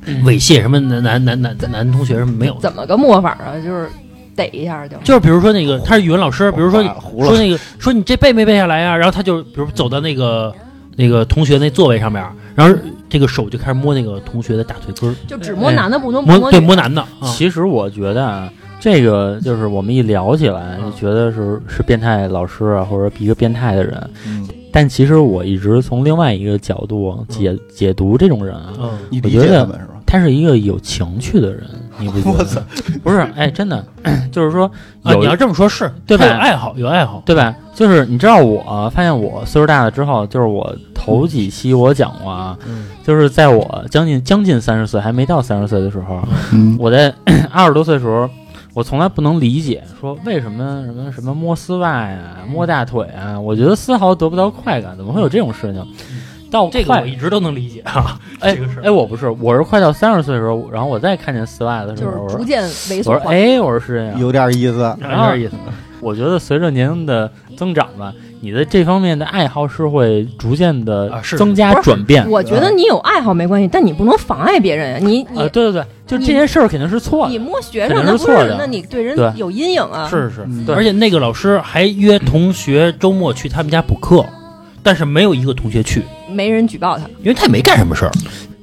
Speaker 3: 嗯
Speaker 2: 猥亵什么男男男男男同学什么没有的，
Speaker 6: 怎么个摸法啊？就是逮一下就。
Speaker 2: 就是比如说那个他是语文老师，比如说你
Speaker 3: 胡
Speaker 2: 说
Speaker 3: 了，
Speaker 2: 那个说你这背没背下来啊，然后他就比如走到那个那个同学那座位上面，啊然后这个手就开始摸那个同学的大腿根儿，
Speaker 6: 就只摸男的不能
Speaker 2: 哎摸对
Speaker 6: 女
Speaker 2: 摸男的啊
Speaker 4: 其实我觉得啊，这个就是我们一聊起来
Speaker 2: 嗯
Speaker 4: 就觉得是是变态老师啊，或者一个变态的人。
Speaker 3: 嗯
Speaker 4: 但其实我一直从另外一个角度解解读这种人啊，
Speaker 2: 嗯
Speaker 3: 你理解他们是吧？
Speaker 4: 他是一个有情趣的人，你不觉
Speaker 3: 我
Speaker 4: 得？不是，哎，真的， 就是说
Speaker 2: 啊，
Speaker 4: 有
Speaker 2: 你要这么说，是
Speaker 4: 对吧
Speaker 2: 他有爱好有爱好，
Speaker 4: 对吧？就是你知道我，发现我岁数大了之后，就是我头几期我讲过啊，
Speaker 2: 嗯
Speaker 4: 就是在我将近将近三十岁，还没到三十岁的时候，
Speaker 3: 嗯
Speaker 4: 我在 二十多岁的时候，我从来不能理解说为什么什么什么摸丝袜呀、摸大腿啊，我觉得丝毫得不到快感，怎么会有这种事情？到快
Speaker 2: 这个我一直都能理解啊，
Speaker 4: 哎
Speaker 2: 这个事儿
Speaker 4: 哎，我不是，我是快到三十岁的时候，然后我再看见丝袜的时
Speaker 6: 就
Speaker 4: 候，
Speaker 6: 是
Speaker 4: 我
Speaker 6: 逐
Speaker 4: 说
Speaker 6: 渐猥琐
Speaker 4: 我说
Speaker 6: 化。
Speaker 4: 哎，我说是这样，
Speaker 3: 有点意思，
Speaker 2: 有点意思。
Speaker 4: 我觉得随着年龄的增长吧，你的这方面的爱好是会逐渐的
Speaker 2: 啊是
Speaker 4: 增加
Speaker 6: 不是
Speaker 4: 转变。
Speaker 6: 我觉得你有爱好没关系，但你不能妨碍别人呀。你
Speaker 4: 啊、
Speaker 6: 你
Speaker 4: 对对对，就这件事儿肯定是错
Speaker 6: 你
Speaker 4: 的，
Speaker 6: 摸学
Speaker 4: 肯
Speaker 6: 生，
Speaker 4: 定
Speaker 6: 那
Speaker 4: 是
Speaker 6: 不
Speaker 4: 错的
Speaker 6: 是？那你对人
Speaker 4: 对
Speaker 6: 有阴影啊。
Speaker 2: 是是，
Speaker 3: 嗯
Speaker 4: 对
Speaker 2: 而且那个老师还约同学周末去他们家补课，但是没有一个同学去，
Speaker 6: 没人举报他，
Speaker 2: 因为他也没干什么事儿。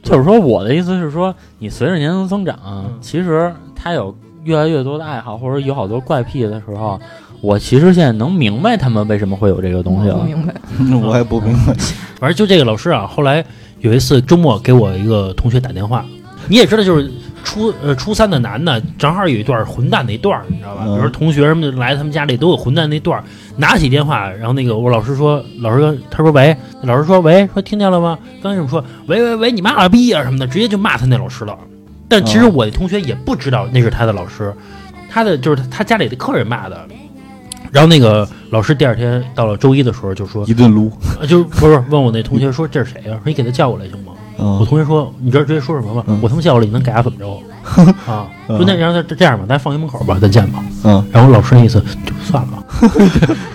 Speaker 4: 就是说我的意思是说，你随着年龄增长，
Speaker 2: 嗯
Speaker 4: 其实他有越来越多的爱好，或者有好多怪癖的时候，我其实现在能明白他们为什么会有这个东西
Speaker 6: 不
Speaker 4: 了。
Speaker 6: 明白。
Speaker 3: 嗯我也不明白。
Speaker 2: 反正就这个老师啊，后来有一次周末给我一个同学打电话，你也知道，就是初呃初三的男的，正好有一段混蛋的一段儿，你知道吧？
Speaker 3: 嗯
Speaker 2: 比如说同学什么的来他们家里都有混蛋那段儿，拿起电话，然后那个我老师说，老师说他说喂，老师说喂，说听见了吗？刚才怎么说？喂喂喂，你妈了逼啊什么的，直接就骂他那老师了。但其实
Speaker 3: 嗯
Speaker 2: 我的同学也不知道那是他的老师，他的就是他家里的客人骂的。然后那个老师第二天到了周一的时候就说
Speaker 3: 一顿撸，
Speaker 2: 啊，就是不是问我那同学说这是谁啊呀、说你给他叫过来行吗？我
Speaker 3: 嗯
Speaker 2: 同学说你知道直接说什么吗？
Speaker 3: 嗯
Speaker 2: 我他妈叫过来，你能给他怎么着？ 啊，
Speaker 3: 嗯
Speaker 2: 说那然后他这样吧，咱放一门口吧，再见吧。
Speaker 3: 嗯，
Speaker 2: 然后老师那意思就算 了，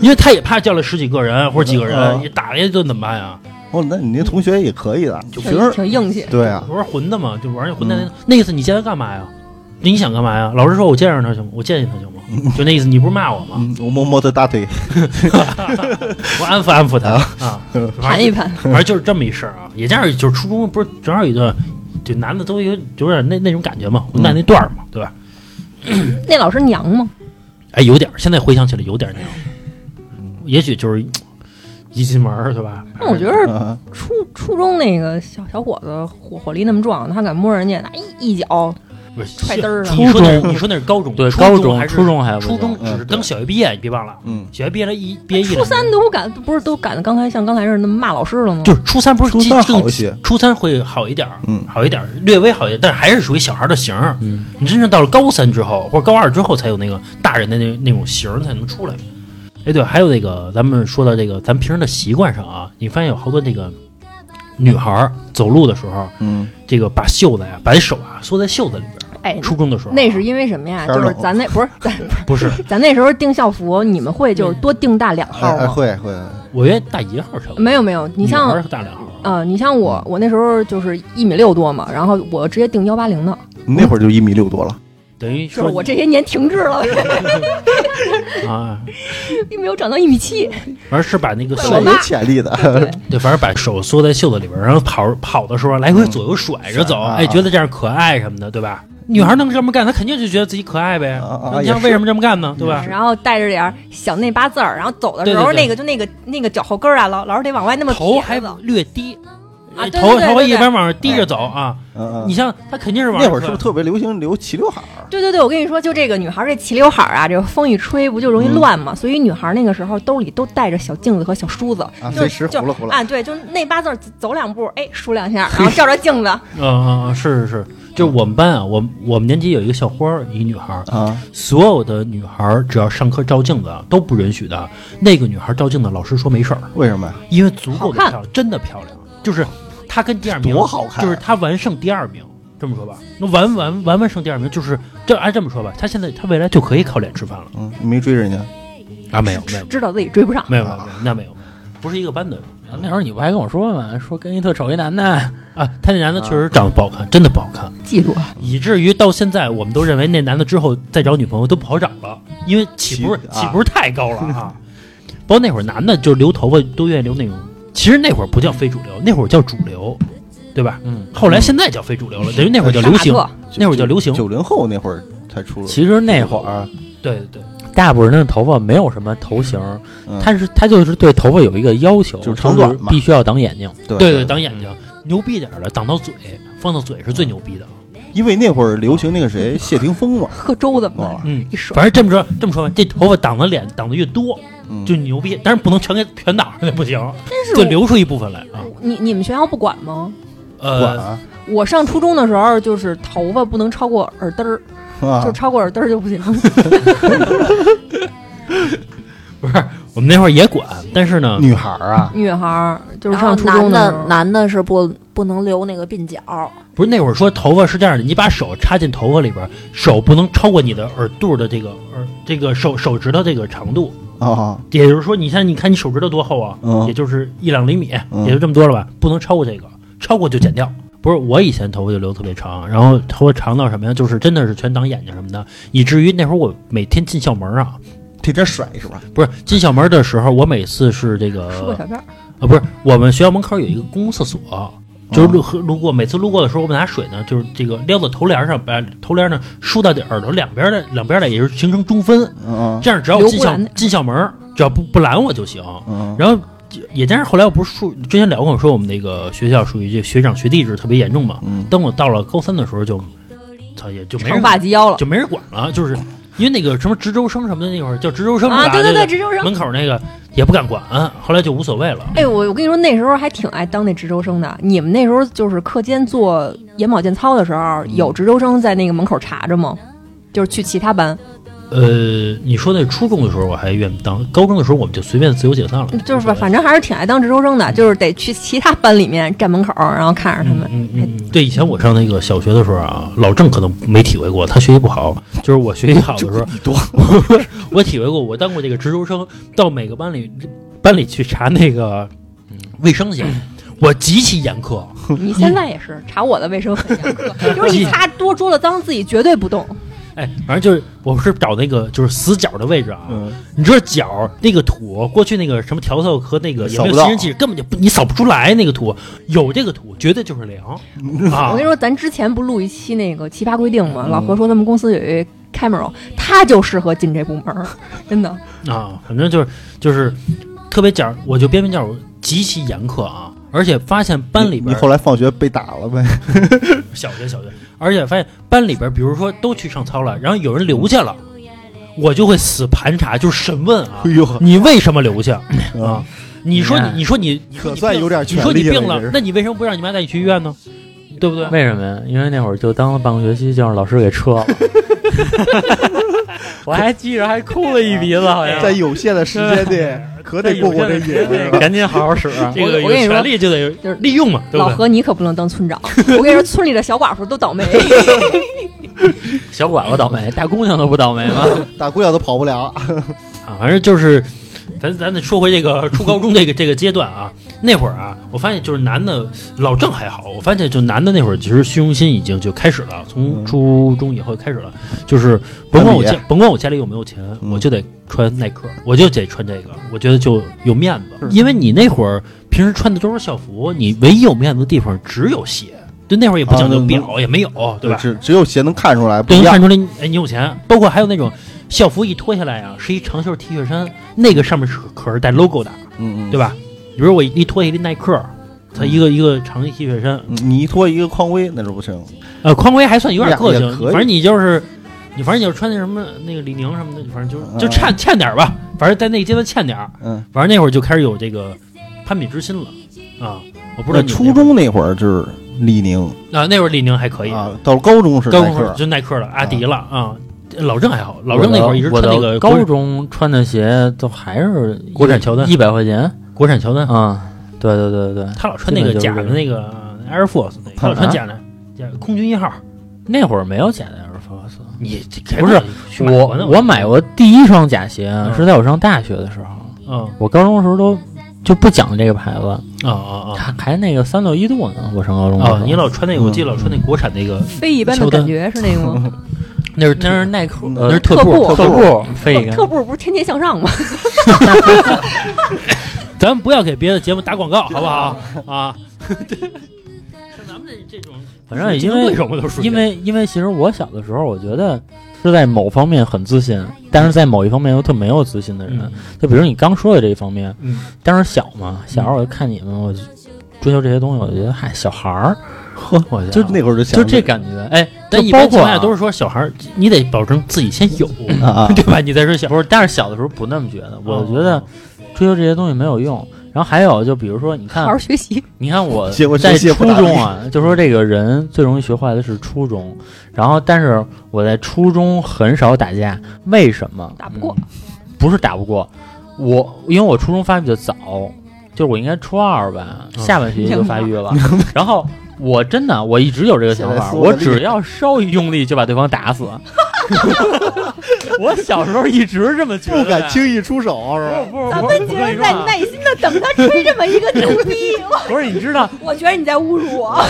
Speaker 2: 因为他也怕叫了十几个人或者几个人，
Speaker 3: 嗯
Speaker 2: 你打人家就怎么办呀？
Speaker 3: 哦，那你那同学也可以的，
Speaker 2: 就
Speaker 3: 学生
Speaker 6: 挺硬气，
Speaker 3: 对啊，
Speaker 2: 玩混的嘛，就玩那混蛋
Speaker 3: 嗯
Speaker 2: 那、那意思，你见他干嘛呀？你想干嘛呀？老师说我见着他行吗？我见见他行 吗？就那意思，你不是骂我吗？
Speaker 3: 嗯，我摸摸他大腿，
Speaker 2: 我安抚安抚他啊，反
Speaker 6: 盘
Speaker 2: 正
Speaker 6: 一盘。
Speaker 2: 反正就是这么一事儿啊，也加上就是初中不是正好有一段，就男的都有有点那那种感觉嘛，混蛋那段儿嘛，对吧？
Speaker 6: 那老师娘吗？
Speaker 2: 哎，有点儿，现在回想起来有点儿那种，也许就是一进门儿，对吧？
Speaker 6: 那我觉得
Speaker 3: 嗯
Speaker 6: 初初中那个小小伙子火火力那么壮，他敢摸人家，那哎一一脚
Speaker 2: 不是
Speaker 6: 踹嘚儿啊
Speaker 2: 你说那是你说那是高中，
Speaker 4: 对，
Speaker 2: 初
Speaker 4: 高
Speaker 2: 中还是
Speaker 4: 初中哎还不
Speaker 2: 初中
Speaker 4: 行
Speaker 2: 只是当小学毕业，你别忘了，
Speaker 3: 嗯，
Speaker 2: 小学毕业了一毕业一
Speaker 6: 初
Speaker 2: 两年
Speaker 6: 三都敢，不是都敢刚才像刚才似的那么骂老师了吗？
Speaker 2: 就是初三不是
Speaker 3: 初三
Speaker 2: 更
Speaker 3: 好一些，
Speaker 2: 初三会好一点儿，
Speaker 3: 嗯
Speaker 2: 好一点儿，略微好一点，但是还是属于小孩儿的型儿。
Speaker 4: 嗯，
Speaker 2: 你真正到了高三之后，或者高二之后，才有那个大人的那那种型儿才能出来。哎，对，还有那个，咱们说到这个，咱们平时的习惯上啊，你发现有好多这个女孩儿走路的时候，
Speaker 3: 嗯，
Speaker 2: 这个把袖子呀、把手啊缩在袖子里边儿。
Speaker 6: 哎，
Speaker 2: 初中的时候啊，
Speaker 6: 那是因为什么呀？
Speaker 3: 天
Speaker 6: 就是
Speaker 3: 冷
Speaker 6: 咱那不是咱
Speaker 2: 不是？
Speaker 6: 咱那时候订校服，你们会就是多订大两
Speaker 3: 哎
Speaker 6: 号
Speaker 3: 哎
Speaker 6: 吗？
Speaker 3: 会会，
Speaker 2: 我觉得大一号儿差不多，
Speaker 6: 没有没有，
Speaker 2: 女
Speaker 6: 你
Speaker 2: 孩
Speaker 6: 像
Speaker 2: 儿大两号儿，
Speaker 6: 呃，你像我，我那时候就是一米六多嘛，然后我直接定幺八零的，
Speaker 3: 你那会儿就一米六多了，
Speaker 2: 等于
Speaker 6: 就是
Speaker 2: 说
Speaker 6: 我这些年停滞了，
Speaker 2: 啊，
Speaker 6: 并没有长到一米七。
Speaker 2: 完是把那个
Speaker 6: 对
Speaker 2: 袖
Speaker 6: 我
Speaker 2: 子，
Speaker 3: 是
Speaker 6: 妈
Speaker 3: 有潜力的。
Speaker 2: 对，反正把手缩在袖子里边，然后跑跑的时候来回左右甩着走，
Speaker 3: 嗯
Speaker 2: 哎，
Speaker 3: 啊
Speaker 2: 觉得这样可爱什么的，对吧？女孩能这么干，她肯定就觉得自己可爱呗
Speaker 3: 啊啊。
Speaker 2: 你
Speaker 3: 也
Speaker 2: 像
Speaker 3: 是
Speaker 2: 为什么这么干呢？对吧？
Speaker 6: 然后带着点儿小内八字儿，然后走的时
Speaker 2: 啊
Speaker 6: 候
Speaker 2: 对对对
Speaker 6: 那个就那个那个脚后跟儿啊，老老是得往外那么
Speaker 2: 头
Speaker 6: 撇
Speaker 2: 还
Speaker 6: 着走
Speaker 2: 略低，
Speaker 6: 啊，对
Speaker 2: 头
Speaker 6: 对
Speaker 2: 头发
Speaker 6: 对
Speaker 2: 一
Speaker 6: 对
Speaker 2: 般
Speaker 6: 对。
Speaker 2: 往上低着走啊。
Speaker 3: 嗯
Speaker 2: 你
Speaker 3: 嗯，
Speaker 2: 像她肯定是往
Speaker 3: 哎那会儿是
Speaker 2: 上
Speaker 3: 不是特别流行留齐刘海儿？
Speaker 6: 对对对，我跟你说，就这个女孩儿这齐刘海儿啊，这个风一吹不就
Speaker 3: 嗯
Speaker 6: 容易乱嘛？所以女孩儿那个时候兜里都带着小镜子和小梳子，
Speaker 3: 啊
Speaker 6: 就
Speaker 3: 随时
Speaker 6: 就
Speaker 3: 糊了糊了
Speaker 6: 啊，对，就那八字儿走两步，哎，梳两下，然后照照镜子，
Speaker 2: 嗯嗯嗯，是是是，就是我们班啊，我们我们年级有一个校花儿，一女孩儿，
Speaker 3: 啊，
Speaker 2: 所有的女孩儿只要上课照镜子啊都不允许的。那个女孩儿照镜子，老师说没事儿，
Speaker 3: 为什么呀？
Speaker 2: 因为足够的
Speaker 6: 好
Speaker 2: 漂
Speaker 6: 看
Speaker 2: 亮，真的漂亮，就是她跟第二名
Speaker 3: 多好看
Speaker 2: 就是她完胜第二名。这么说吧，那完完完完胜第二名，就是这按这么说吧，她现在她未来就可以靠脸吃饭了
Speaker 3: 嗯，你没追人家？
Speaker 2: 啊？没有没有啊
Speaker 6: 知道自己追不 上。
Speaker 2: 没有没有，那没有，不是一个班的
Speaker 4: 那会儿你不还跟我说吗？说跟一特丑一男的，
Speaker 2: 啊。他那男的确实长得不好看，真的不好看。
Speaker 6: 记住，
Speaker 2: 以至于到现在，我们都认为那男的之后再找女朋友都不好找了，因为起步
Speaker 3: 起啊
Speaker 2: 起步太高了 啊。包括那会儿男的就留头发都愿意留那种，其实那会儿不叫非主流，那会儿叫主流，对吧？
Speaker 4: 嗯。
Speaker 2: 后来现在叫非主流了，等于那会儿叫流行
Speaker 6: 杀马，
Speaker 2: 那会儿叫流行。
Speaker 3: 九零后那会儿才出了。
Speaker 4: 其实那会儿
Speaker 2: 对对对，
Speaker 4: 大部分人的头发没有什么头型，
Speaker 3: 嗯
Speaker 4: 他是他就是对头发有一个要求，
Speaker 3: 就是是长短嘛
Speaker 4: 必须要挡眼睛。
Speaker 3: 对
Speaker 2: 对对，嗯挡眼睛，牛逼点儿的挡到嘴，放到嘴是最牛逼的。啊
Speaker 3: 因为那会儿流行那个 谁，谢霆锋嘛，
Speaker 6: 喝粥怎么
Speaker 3: 忘
Speaker 6: 办
Speaker 3: 了？
Speaker 2: 嗯，
Speaker 6: 一水
Speaker 2: 反正这么说这么说吧，这头发挡的脸挡的越多
Speaker 3: 嗯
Speaker 2: 就牛逼，但是不能全给全挡上去不行，
Speaker 6: 是
Speaker 2: 就留出一部分来啊。
Speaker 6: 你你们学校不管吗？
Speaker 3: 管
Speaker 2: 呃，
Speaker 3: 啊
Speaker 6: 我上初中的时候，就是头发不能超过耳根儿，
Speaker 3: 啊
Speaker 6: 就超过耳根儿就不行。
Speaker 2: 不是，我们那会儿也管，但是呢，
Speaker 3: 女孩儿啊，
Speaker 6: 女孩儿就是
Speaker 5: 然后
Speaker 6: 上初
Speaker 5: 男
Speaker 6: 中的时
Speaker 5: 的
Speaker 6: 候，
Speaker 5: 男的是不不能留那个鬓角，
Speaker 2: 不是那会儿说头发是这样的，你把手插进头发里边，手不能超过你的耳肚的这个耳这个手手指头这个长度，
Speaker 3: 啊，
Speaker 2: 也就是说，你像你看你手指头多厚啊，
Speaker 3: 嗯
Speaker 2: 也就是一两厘米，
Speaker 3: 嗯
Speaker 2: 也就这么多了吧，不能超过这个，超过就剪掉。不是我以前头发就留特别长，然后头发长到什么呀？就是真的是全挡眼睛什么的，以至于那会儿我每天进校门啊，
Speaker 3: 这边甩是吧？
Speaker 2: 不是进校门的时候，我每次是这个
Speaker 6: 梳个小辫儿，
Speaker 2: 啊，不是，我们学校门口有一个公共厕所，
Speaker 3: 嗯
Speaker 2: 就是路和路过，每次路过的时候，我们拿水呢，就是这个撩到头帘上，把头帘呢梳到这耳朵两边的两边的，也就是形成中分。
Speaker 3: 嗯
Speaker 2: 这样只要我进校
Speaker 6: 留不拦
Speaker 2: 进校门，只要不不拦我就行。
Speaker 3: 嗯
Speaker 2: 然后也加上后来我不是属之前聊过，我说我们那个学校属于这学长学弟制特别严重嘛。
Speaker 3: 嗯
Speaker 2: 等我到了高三的时候就，操也就没人
Speaker 6: 长发及腰了
Speaker 2: 就没人管了，就是因为那个什么值周生什么的那会儿叫值周生是
Speaker 6: 啊！
Speaker 2: 吧
Speaker 6: 对对
Speaker 2: 那
Speaker 6: 对，
Speaker 2: 个
Speaker 6: 值周生。
Speaker 2: 门口那个也不敢管，后来就无所谓了。
Speaker 6: 哎，我我跟你说，那时候还挺爱当那值周生的。你们那时候就是课间做眼保健操的时候，有值周生在那个门口查着吗？就是去其他班，
Speaker 2: 呃，你说那初中的时候我还愿意当，高中的时候我们就随便自由解散了，
Speaker 6: 就是反反正还是挺爱当值周生的，就是得去其他班里面站门口，然后看着
Speaker 2: 嗯
Speaker 6: 他们。
Speaker 2: 嗯嗯，嗯对，以前我上那个小学的时候啊，老郑可能没体会过，他学习不好，就是我学习好的时候，
Speaker 3: 多
Speaker 2: 我体会过，我当过这个值周生，到每个班里班里去查那个卫生去，我极其严苛，
Speaker 6: 你现在也是查我的卫生很严 苛，就是一擦多桌子脏，自己绝对不动。
Speaker 2: 哎，反正就是我是找那个就是死角的位置啊，
Speaker 3: 嗯，
Speaker 2: 你知道角那个土，过去那个什么调色和那个也没有吸尘器，根本就不你扫不出来那个土，有这个土绝对就是凉啊嗯
Speaker 6: 我跟你。说，咱之前不录一期那个奇葩规定吗？老何说他们公司有一 Camero，他就适合进这部门儿， 真的。
Speaker 2: 啊，反正就是就是特别讲，我就边边角极其严苛啊，而且发现班里
Speaker 3: 你
Speaker 2: 边
Speaker 3: 后来放学被打了呗？
Speaker 2: 小学小学，而且发现班里边，比如说都去上操了，然后有人留下了，我就会死盘查，就是审问 啊
Speaker 3: 哎，呦，
Speaker 2: 你为什么留下啊
Speaker 3: 啊？
Speaker 2: 你说
Speaker 4: 哎
Speaker 2: 你你说你你说
Speaker 3: 可
Speaker 2: 你
Speaker 3: 算
Speaker 2: 病
Speaker 3: 有点
Speaker 2: 你
Speaker 3: 权
Speaker 2: 说你
Speaker 3: 利
Speaker 2: 病
Speaker 3: 了，
Speaker 2: 了，
Speaker 3: 这是
Speaker 2: 那你为什么不让你妈带你去医院呢？对不对？
Speaker 4: 为什么呀？因为那会儿就当了半个学期，就让老师给撤了。我还记着，还哭了一鼻子，
Speaker 2: 哎
Speaker 4: 好像
Speaker 3: 在有限的时间内，可得过过 这瘾。是吧
Speaker 4: 赶紧好好使。
Speaker 2: 这
Speaker 6: 我
Speaker 2: 个
Speaker 6: 我跟你
Speaker 2: 有
Speaker 6: 说
Speaker 2: 权利就得
Speaker 6: 就是
Speaker 2: 利用嘛，对
Speaker 6: 老
Speaker 2: 不对？
Speaker 6: 何，你可不能当 村长。我跟你说，村里的小寡妇都倒霉。
Speaker 4: 小拐子倒霉，大姑娘都不倒霉吗？
Speaker 3: 大姑娘都跑不了，
Speaker 2: 啊，反正就是咱咱得说回这个初高中这个这个阶段啊，那会儿啊，我发现就是男的老郑还好，我发现就男的那会儿其实虚荣心已经就开始了，
Speaker 3: 嗯
Speaker 2: 从初中以后就开始了，就是甭管我家
Speaker 3: 那
Speaker 2: 甭管我家里有没有钱，
Speaker 3: 嗯
Speaker 2: 我就得穿耐克，我就得穿这个，我觉得就有面子，因为你那会儿平时穿的都是校服，你唯一有面子的地方只有鞋，就那会儿也不讲究
Speaker 3: 啊那
Speaker 2: 表，也没有，对吧？
Speaker 3: 只只有鞋能看出来不
Speaker 2: 对，
Speaker 3: 一
Speaker 2: 能
Speaker 3: 样
Speaker 2: 看。出来你，哎，你有钱。包括还有那种校服一脱下来啊，是一长袖 T 恤衫，那个上面是可是带 logo 的，
Speaker 3: 嗯嗯，
Speaker 2: 对吧？比如我一一脱下来耐克，它一个一个长袖 T 恤衫，
Speaker 3: 嗯？你一脱一个匡威那是不行。
Speaker 2: 呃，匡威还算有点个
Speaker 3: 也也
Speaker 2: 性，
Speaker 3: 可以
Speaker 2: 反正你就是。你反正你就穿那什么那个李宁什么的，反正就是就差欠点儿吧，反正在那个阶段欠点儿，
Speaker 3: 嗯，
Speaker 2: 反正那会儿就开始有这个攀比之心了啊！我不知道
Speaker 3: 那
Speaker 2: 你
Speaker 3: 嗯初中那会儿就是李宁
Speaker 2: 啊，那会儿李宁还可以，
Speaker 3: 啊，到了高中是
Speaker 2: 高
Speaker 3: 耐
Speaker 2: 中时候
Speaker 3: 克。
Speaker 2: 就耐克了，阿迪了啊。老郑还好，老郑那会儿一直
Speaker 4: 我
Speaker 2: 穿
Speaker 4: 的
Speaker 2: 那个
Speaker 4: 高中穿的鞋都还是
Speaker 2: 国产乔丹
Speaker 4: 一百块钱
Speaker 2: 国产乔丹，
Speaker 4: 啊、对对对对对，
Speaker 2: 他老穿那个假的那个 Air Force，那个他老穿假的，假的空军一号。
Speaker 4: 那会儿没有假的 Air Force。
Speaker 2: 你
Speaker 4: 不是我我买过第一双假鞋
Speaker 2: 嗯
Speaker 4: 是在我上大学的时候，
Speaker 2: 嗯
Speaker 4: 我高中的时候都就不讲这个牌子，
Speaker 2: 啊啊
Speaker 4: 还还那个三六一度呢。我上高中
Speaker 2: 啊
Speaker 4: 的时候
Speaker 2: 啊！你老穿那个，我记得老穿那国产那个，
Speaker 6: 非一般的感觉是那哦个吗？
Speaker 4: 那是那是耐克，
Speaker 3: 嗯
Speaker 4: 呃
Speaker 2: 那是特
Speaker 6: 步
Speaker 4: 特
Speaker 3: 特步
Speaker 4: 步
Speaker 2: 哎
Speaker 4: 飞一
Speaker 6: 特
Speaker 4: 个，
Speaker 6: 步不是天天向上吗？
Speaker 2: 咱们不要给别的节目打广告，好不 好啊？对，咱们这这种，
Speaker 4: 反正因为
Speaker 2: 什么都是
Speaker 4: 因为因为其实我小的时候，我觉得是在某方面很自信，但是在某一方面又特没有自信的人。就比如你刚说的这一方面，
Speaker 2: 嗯
Speaker 4: 当时小嘛，小时候我就看你们，我就追求这些东西，我就觉得嗨，小孩儿，呵，我啊
Speaker 3: 就那会儿就想
Speaker 4: 就这感觉，哎，
Speaker 2: 但
Speaker 4: 就
Speaker 2: 一
Speaker 4: 包
Speaker 2: 般情
Speaker 4: 括
Speaker 2: 况
Speaker 4: 啊
Speaker 2: 下都是说小孩儿，你得保证自己 先有，
Speaker 3: 啊啊，
Speaker 2: 对吧？你再说小，
Speaker 4: 不是，但是小的时候不那么觉得，我觉得追求这些东西没有用。然后还有就比如说，你
Speaker 2: 啊
Speaker 6: 好
Speaker 4: 看
Speaker 6: 好，学 习，
Speaker 4: 你看我
Speaker 3: 结果
Speaker 4: 在
Speaker 3: 这些不
Speaker 4: 初
Speaker 3: 咋地
Speaker 4: 中啊，就说这个人最容易学坏的是初中，然后但是我在初中很少打架，为什么？嗯
Speaker 6: 打不过。
Speaker 4: 不是打不过，我因为我初中发育的早，就是我应该初二吧，
Speaker 2: 嗯
Speaker 4: 下半学期就发育 了。然后我真的我一直有这个想
Speaker 3: 现在
Speaker 4: 法，
Speaker 3: 说的
Speaker 4: 我
Speaker 3: 厉害
Speaker 4: 只要稍一用力就把对方打死。 我小时候一直这么觉得，
Speaker 3: 不敢轻易出手是吧？
Speaker 4: 不是
Speaker 6: 咱
Speaker 4: 不
Speaker 6: 们
Speaker 4: 是
Speaker 6: 竟
Speaker 4: 我跟
Speaker 6: 然
Speaker 4: 你说
Speaker 6: 在
Speaker 4: 啊
Speaker 6: 耐心的等他吹这么一个牛逼，
Speaker 4: 不是你知道
Speaker 6: 我觉得你在侮辱 我，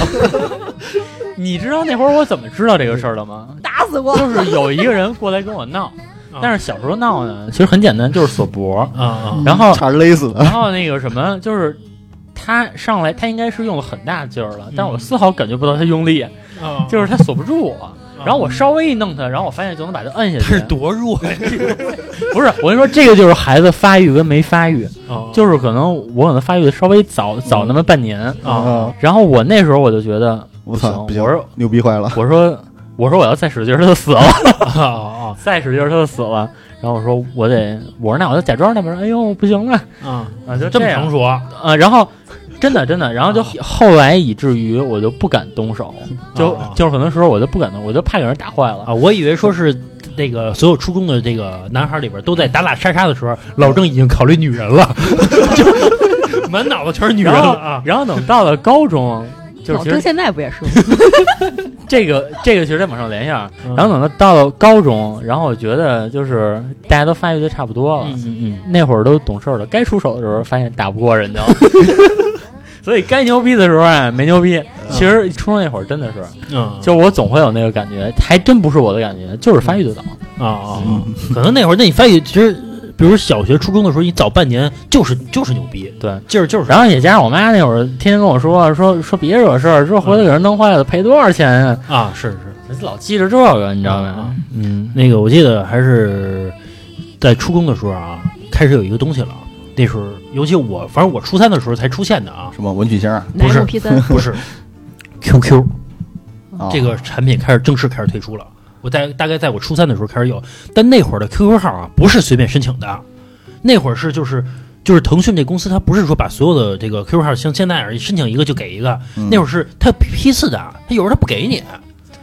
Speaker 4: 你知道那会儿我怎么知道这个事儿的吗？
Speaker 6: 打死我！
Speaker 4: 就是有一个人过来跟我闹
Speaker 2: 啊，
Speaker 4: 但是小时候闹呢，其实很简单，就是锁脖，
Speaker 2: 啊啊
Speaker 4: 然后
Speaker 3: 差点勒死他。
Speaker 4: 然后那个什么，就是他上来，他应该是用了很大劲儿了，但我丝毫感觉不到他用力，
Speaker 2: 啊
Speaker 4: 就是他锁不住我。然后我稍微一弄他，然后我发现就能把他摁下
Speaker 2: 他是
Speaker 4: 去。
Speaker 2: 多弱 呀，
Speaker 4: 不是，我跟你说，这个就是孩子发育跟没发育，
Speaker 2: 是
Speaker 4: 就是可能我可能发育的稍微早早那么半年。
Speaker 2: 啊，
Speaker 4: 然后我那时候我就觉得，
Speaker 3: 我操，不
Speaker 4: 不
Speaker 3: 行
Speaker 4: 行，我说
Speaker 3: 牛逼坏了。
Speaker 4: 我说我说我要再使劲儿他就死了，
Speaker 2: 啊啊
Speaker 4: 再使劲儿他就死了。然后我说我得，我说那我就假装那边，哎呦不行了
Speaker 2: 啊！
Speaker 4: 啊，就
Speaker 2: 这么
Speaker 4: 样
Speaker 2: 成熟啊，
Speaker 4: 啊，然后真的真的，然后就后来以至于我就不敢动手，就
Speaker 2: 啊
Speaker 4: 就是很多时候我就不敢动，我就怕给人打坏了。
Speaker 2: 啊，我以为说是那个所有初中的这个男孩里边都在打打杀杀的时候，老郑已经考虑女人了，就满脑子全是女人
Speaker 4: 然后
Speaker 2: 了啊！
Speaker 4: 然后等到了高 中，就是
Speaker 6: 老
Speaker 4: 其
Speaker 6: 郑
Speaker 4: 实
Speaker 6: 现在不也是吗？
Speaker 4: 这个这个其实再往上联想，
Speaker 2: 嗯
Speaker 4: 然后等到到了高中，然后我觉得就是大家都发育的差不多了，
Speaker 2: 嗯嗯
Speaker 4: 那会儿都懂事儿了，该出手的时候发现打不过人家 了。所以该牛逼的时候啊，没牛逼。其实初中那会儿真的是，
Speaker 2: 嗯，
Speaker 4: 就我总会有那个感觉，还真不是我的感觉，就是发育的早。
Speaker 2: 啊啊，可能那会儿那你发现其实。比如小学、初中的时候，你早半年就是就是牛逼，
Speaker 4: 对，
Speaker 2: 劲儿就是
Speaker 4: 然后也加上我妈那会儿天天跟我说说说别惹事儿，说回来给人弄坏了赔多少钱啊，
Speaker 2: 啊，是是，
Speaker 4: 老记着这个，你知道
Speaker 2: 啊
Speaker 4: 吗？嗯，
Speaker 2: 那个我记得还是在初中的时候啊，开始有一个东西了。那时候，尤其我，反正我初三的时候才出现的啊，
Speaker 3: 什么文曲星啊？
Speaker 2: 不是
Speaker 6: P 三，
Speaker 2: 不是
Speaker 4: 嗯
Speaker 2: QQ，
Speaker 3: 啊
Speaker 2: 这个产品开始正式开始推出了。我在大概在我初三的时候开始有，但那会儿的 QQ 号啊不是随便申请的，啊那会儿是就是就是腾讯这公司，它不是说把所有的这个 QQ 号像现在而已申请一个就给一个，
Speaker 3: 嗯
Speaker 2: 那会儿是它有批次的，啊它有时候它不给你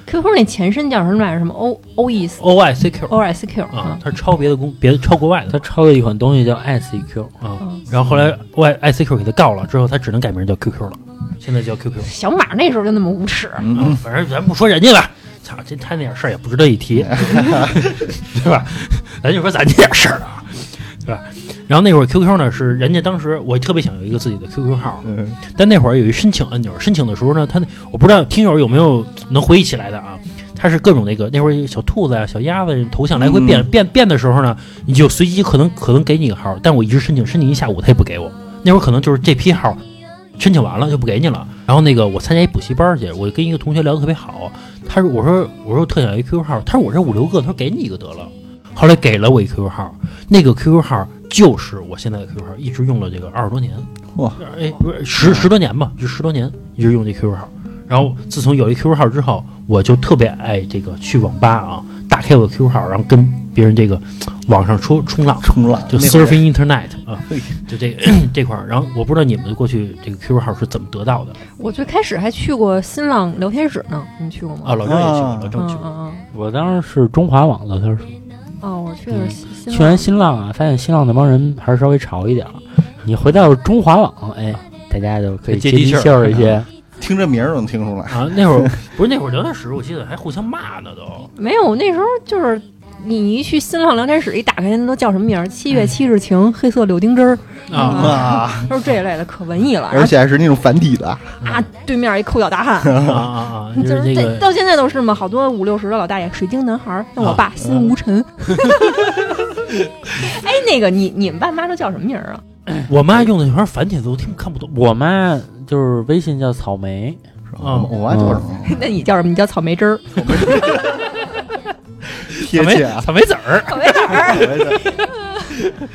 Speaker 6: QQ 那前身叫什么来着？什么 O O E
Speaker 2: OICQ
Speaker 6: O S Q
Speaker 2: 啊，它是抄别的公别的抄国外的
Speaker 4: 他抄了一款东西叫 ICQ，
Speaker 2: 啊
Speaker 6: 嗯，
Speaker 2: 然后后来 OICQ 给它告了之后，它只能改名叫 QQ 了，现在叫 QQ。
Speaker 6: 小马那时候就那么无耻，
Speaker 2: 嗯，反正咱不说人家了，操，这他那点事儿也不值得一提，对吧？咱就说咱这点事儿啊，对吧？然后那会儿 QQ 呢是人家当时我特别想有一个自己的 QQ 号，啊
Speaker 3: 嗯
Speaker 2: 但那会儿有一申请按钮，申请的时候呢，他那我不知道听友有没有能回忆起来的啊，它是各种那个那会儿有小兔子啊、小鸭子头像来回变、
Speaker 3: 嗯
Speaker 2: 变变的时候呢，你就随机可能可能给你个号，但我一直申请申请一下午，他也不给我。那会儿可能就是这批号申请完了就不给你了。然后那个我参加一补习班儿去，我跟一个同学聊得特别好，他说我说我说我特想要一 QQ 号，他说我这五六个，他说给你一个得了。后来给了我一 QQ 号，那个 QQ 号就是我现在的 QQ 号，一直用了这个二十多年。
Speaker 3: 哇！
Speaker 2: 哎，不是
Speaker 3: 嗯
Speaker 2: 十十多年吧，就十多年一直用这 QQ 号。然后自从有一 QQ 号之后，我就特别爱这个去网吧啊，打开我的 QQ 号，然后跟别人这个网上冲冲浪，
Speaker 3: 冲浪
Speaker 2: 就
Speaker 3: 那会儿
Speaker 2: surfing internet 啊
Speaker 3: 嘿，
Speaker 2: 就这这块儿。然后我不知道你们过去这个 QQ 号是怎么得到的
Speaker 6: 我最开始还去过新浪聊天室呢，你去过吗？
Speaker 2: 啊？老郑也去过，
Speaker 3: 啊
Speaker 2: 老郑
Speaker 6: 嗯
Speaker 2: 去
Speaker 6: 嗯
Speaker 2: 过。
Speaker 6: 嗯，
Speaker 4: 我当时是中华网的，他说
Speaker 6: 哦，我去的
Speaker 4: 嗯
Speaker 6: 是新
Speaker 4: 去完新浪啊，发现新浪那帮人还是稍微潮一点儿。你回到中华网，哎，大家就可以
Speaker 2: 接
Speaker 4: 接
Speaker 2: 地
Speaker 4: 地
Speaker 2: 气儿
Speaker 4: 气儿一些。
Speaker 3: 听这名儿能听出来。
Speaker 2: 啊，那会儿不是那会儿聊天室，我记得还互相骂呢都。
Speaker 6: 没有，那时候就是你一去新浪聊天室，一打开那都叫什么名儿？七
Speaker 2: 嗯
Speaker 6: 月七日晴，黑色柳丁汁儿，
Speaker 2: 啊，
Speaker 3: 啊，
Speaker 6: 都是这一类的，可文艺了。
Speaker 3: 而且还是那种繁体的，
Speaker 6: 然后啊，对面一抠脚大汉，
Speaker 2: 啊啊啊！就
Speaker 6: 就是
Speaker 2: 是这
Speaker 6: 这
Speaker 2: 个
Speaker 6: 到现在都是嘛，好多五六十的老大爷，水晶男孩儿，像我
Speaker 2: 啊
Speaker 6: 爸心
Speaker 2: 嗯
Speaker 6: 无尘。 哎，那个你你们爸妈都叫什么名儿啊？
Speaker 2: 我妈用的那玩繁体字我听看不懂。
Speaker 4: 我妈就是微信叫草莓，
Speaker 2: 啊
Speaker 3: 我妈叫什么？
Speaker 6: 那你叫什么？你叫草莓汁儿，
Speaker 3: 贴切啊！
Speaker 2: 草莓籽儿，
Speaker 6: 草莓汁儿。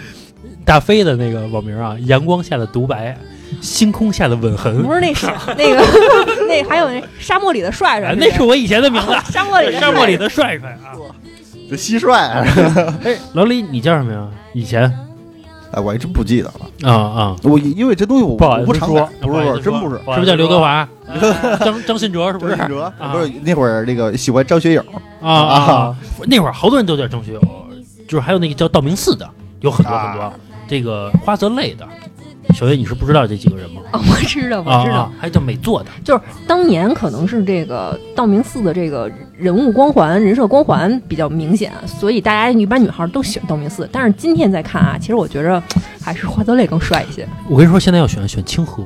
Speaker 2: 大飞的那个网名啊，阳光下的独白，星空下的吻痕
Speaker 6: 不，是那是那个 那还有那沙漠里的帅
Speaker 2: 哎
Speaker 6: 帅，
Speaker 2: 那是我以前的名 字，
Speaker 6: 沙漠里的
Speaker 2: 沙漠里
Speaker 6: 的
Speaker 2: 的帅帅啊。
Speaker 3: 这蟋蟀，啊
Speaker 2: 哎，老李，你叫什么呀？以前
Speaker 3: 哎，我还真不记得了。
Speaker 2: 啊啊，
Speaker 3: 我因为这东西我
Speaker 4: 不好意
Speaker 3: 我不
Speaker 4: 思
Speaker 3: 常
Speaker 4: 说
Speaker 3: 改，不是不是，真不是。
Speaker 2: 是不是叫刘德华、张张信哲？是不
Speaker 3: 周
Speaker 2: 是
Speaker 3: 信哲不是那会儿那个喜欢张学友
Speaker 2: 啊啊！那会儿好多人都叫张学友，就是还有那个叫道明寺的，有很多很多
Speaker 3: 啊。
Speaker 2: 这个花泽类的，小月你是不知道这几个人吗？
Speaker 6: 哦，我知道，
Speaker 2: 啊
Speaker 6: 我知道
Speaker 2: 啊，，还有叫美作的
Speaker 6: 当年可能是这个道明寺的这个人物光环、人设光环比较明显，所以大家一般女孩都喜欢道明寺。但是今天再看啊，其实我觉着还是花泽类更 帅一些。
Speaker 2: 我跟你说，现在要选选清河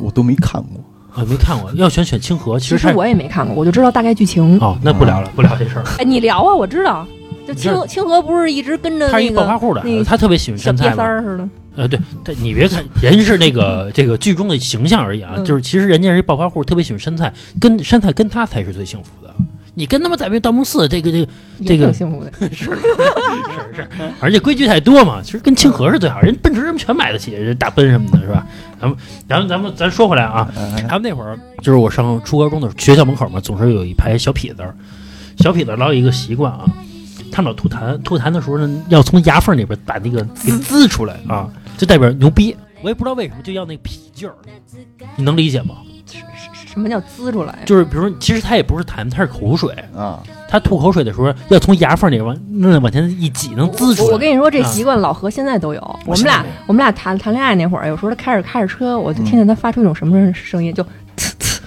Speaker 3: 我都没看过。
Speaker 2: 啊，没看过，要选选清河。其
Speaker 6: 其实
Speaker 2: 实
Speaker 6: 我也没看过，我就知道大概剧情。
Speaker 2: 哦，那不聊了，不聊这事儿。
Speaker 6: 哎，你聊啊，我知道。就
Speaker 2: 你知道
Speaker 6: 清清河不是一直跟着
Speaker 2: 他是
Speaker 6: 那
Speaker 2: 一暴发
Speaker 6: 个
Speaker 2: 户的孩
Speaker 6: 那
Speaker 2: 子，
Speaker 6: 个
Speaker 2: 他特别喜欢
Speaker 6: 小
Speaker 2: 山
Speaker 6: 瘪
Speaker 2: 菜
Speaker 6: 三
Speaker 2: 嘛。
Speaker 6: 儿似的？
Speaker 2: 呃，对，他你别看人是那 个这个剧中的形象而已啊，
Speaker 6: 嗯
Speaker 2: 就是其实人家是一暴发户，特别喜欢山菜，跟山菜跟他才是最幸福的。你跟他们在比盗墓寺这个这个
Speaker 6: 也
Speaker 2: 这个
Speaker 6: 挺幸福的。
Speaker 2: 是是，而且规矩太多嘛，其实跟清河是最好，人奔驰什么全买得起，人大奔什么的是吧？咱们咱们咱们咱说回来啊，
Speaker 3: 嗯
Speaker 2: 他们那会儿就是我上初高中的时候，学校门口嘛，总是有一排小痞子儿，小痞子儿老有一个习惯啊，他们老吐痰，吐痰的时候呢，要从牙缝里边把那个给滋出来啊，就代表牛逼。我也不知道为什么就要那痞劲儿，你能理解吗？
Speaker 6: 什么叫滋出来？啊
Speaker 2: 就是比如说，其实他也不是痰，他是口水，
Speaker 3: 啊，
Speaker 2: 他吐口水的时候要从牙缝里往那往前一挤，能滋出来。
Speaker 6: 我跟你说，这
Speaker 2: 啊
Speaker 6: 习惯老何现在都有。我们
Speaker 2: 现在
Speaker 6: 俩
Speaker 2: 没有
Speaker 6: 我们俩谈谈恋爱那会儿，有时候他开着开着车，我就听见他发出一种什么声音，就呲呲。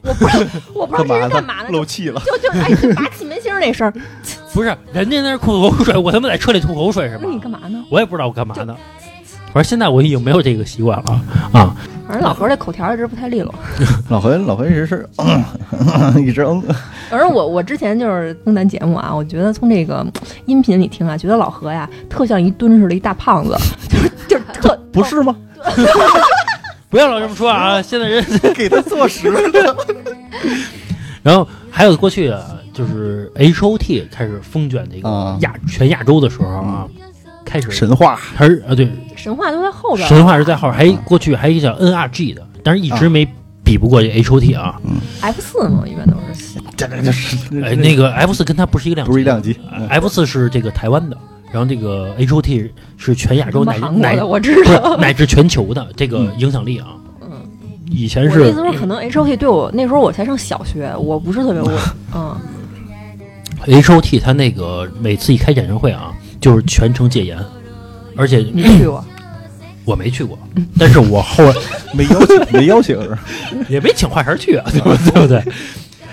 Speaker 6: 我不知道，我不知道这是干嘛呢？
Speaker 3: 漏气了？
Speaker 6: 就就哎，就拔气门芯儿那声儿，
Speaker 2: 不是人家那儿吐口水，我他妈在车里吐口水是
Speaker 6: 那你
Speaker 2: 吗？
Speaker 6: 干嘛呢？
Speaker 2: 我也不知道我干嘛呢。反正现在我已经没有这个习惯了啊。
Speaker 6: 反正老何这口条一直不太利落。
Speaker 3: 老何，老何一直是一直嗯，
Speaker 6: 反正我我之前就是听咱节目啊，我觉得从这个音频里听啊，觉得老何呀特像一蹲似的一大胖子， 就是就是特
Speaker 3: 不是吗？
Speaker 2: 不要老这么说 啊！现在人
Speaker 3: 哦给他坐实了。
Speaker 2: 然后还有过去啊，就是 H O T 开始风卷这个
Speaker 3: 啊
Speaker 2: 亚、全亚洲的时候啊，开始
Speaker 3: 神话啊
Speaker 2: 还是啊对，
Speaker 6: 神话都在嗯后边儿。
Speaker 2: 神话是在后，还过去还有一个叫 N R G 的，但是一直没比不过这 H O T 啊。
Speaker 6: F 四嘛，一般都是
Speaker 3: 这这就是
Speaker 2: 哎，那个哎 F 四跟它不是一个量级，
Speaker 3: 不是一量级。嗯
Speaker 2: F 四是这个台湾的，然后这个 H O T 是全亚洲
Speaker 6: 什么
Speaker 2: 乃
Speaker 6: 韩国
Speaker 2: 乃
Speaker 6: 的，我知
Speaker 2: 不是
Speaker 6: 道。
Speaker 2: 乃至全球的这个影响力啊。
Speaker 6: 嗯
Speaker 2: 以前
Speaker 6: 我的意
Speaker 2: 是
Speaker 6: 思是，可能 H O T 对我那时候我才上小学，我不是 特别我嗯，
Speaker 2: H O T，它那个每次一开演唱会啊，就是全程戒严，而且
Speaker 6: 你去过？
Speaker 2: 我没去过，但是我后来
Speaker 3: 没邀请，没邀请是吧？
Speaker 2: 也没请华晨去啊，对不对？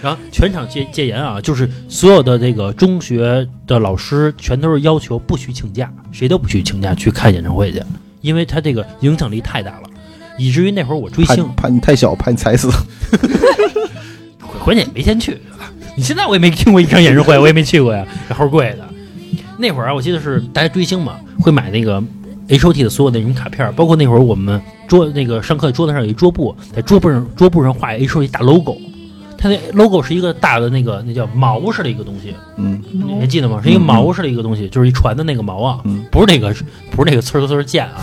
Speaker 2: 然后全场戒戒严啊，就是所有的这个中学的老师全都是要求不许请假，谁都不许请假去看演唱会去，因为他这个影响力太大了，以至于那会儿我追
Speaker 3: 怕
Speaker 2: 星
Speaker 3: 你，怕你太小，怕你踩死。
Speaker 2: 关键也没钱去。你现在我也没听过一场演唱会，我也没去过呀，然后贵的。那会儿啊，我记得是大家追星嘛，会买那个 H O T 的所有那种卡片儿，包括那会儿我们桌那个上课桌子上有一桌布，在桌布上桌布上画 H O T 大 logo，它那 logo 是一个大的那个那叫毛似的一个东西，
Speaker 3: 嗯，
Speaker 2: 你还记得吗？是一个毛似的一个东西，就是一船的那个毛啊，
Speaker 3: 嗯
Speaker 2: 不是那个不是那个呲儿呲儿剑 啊，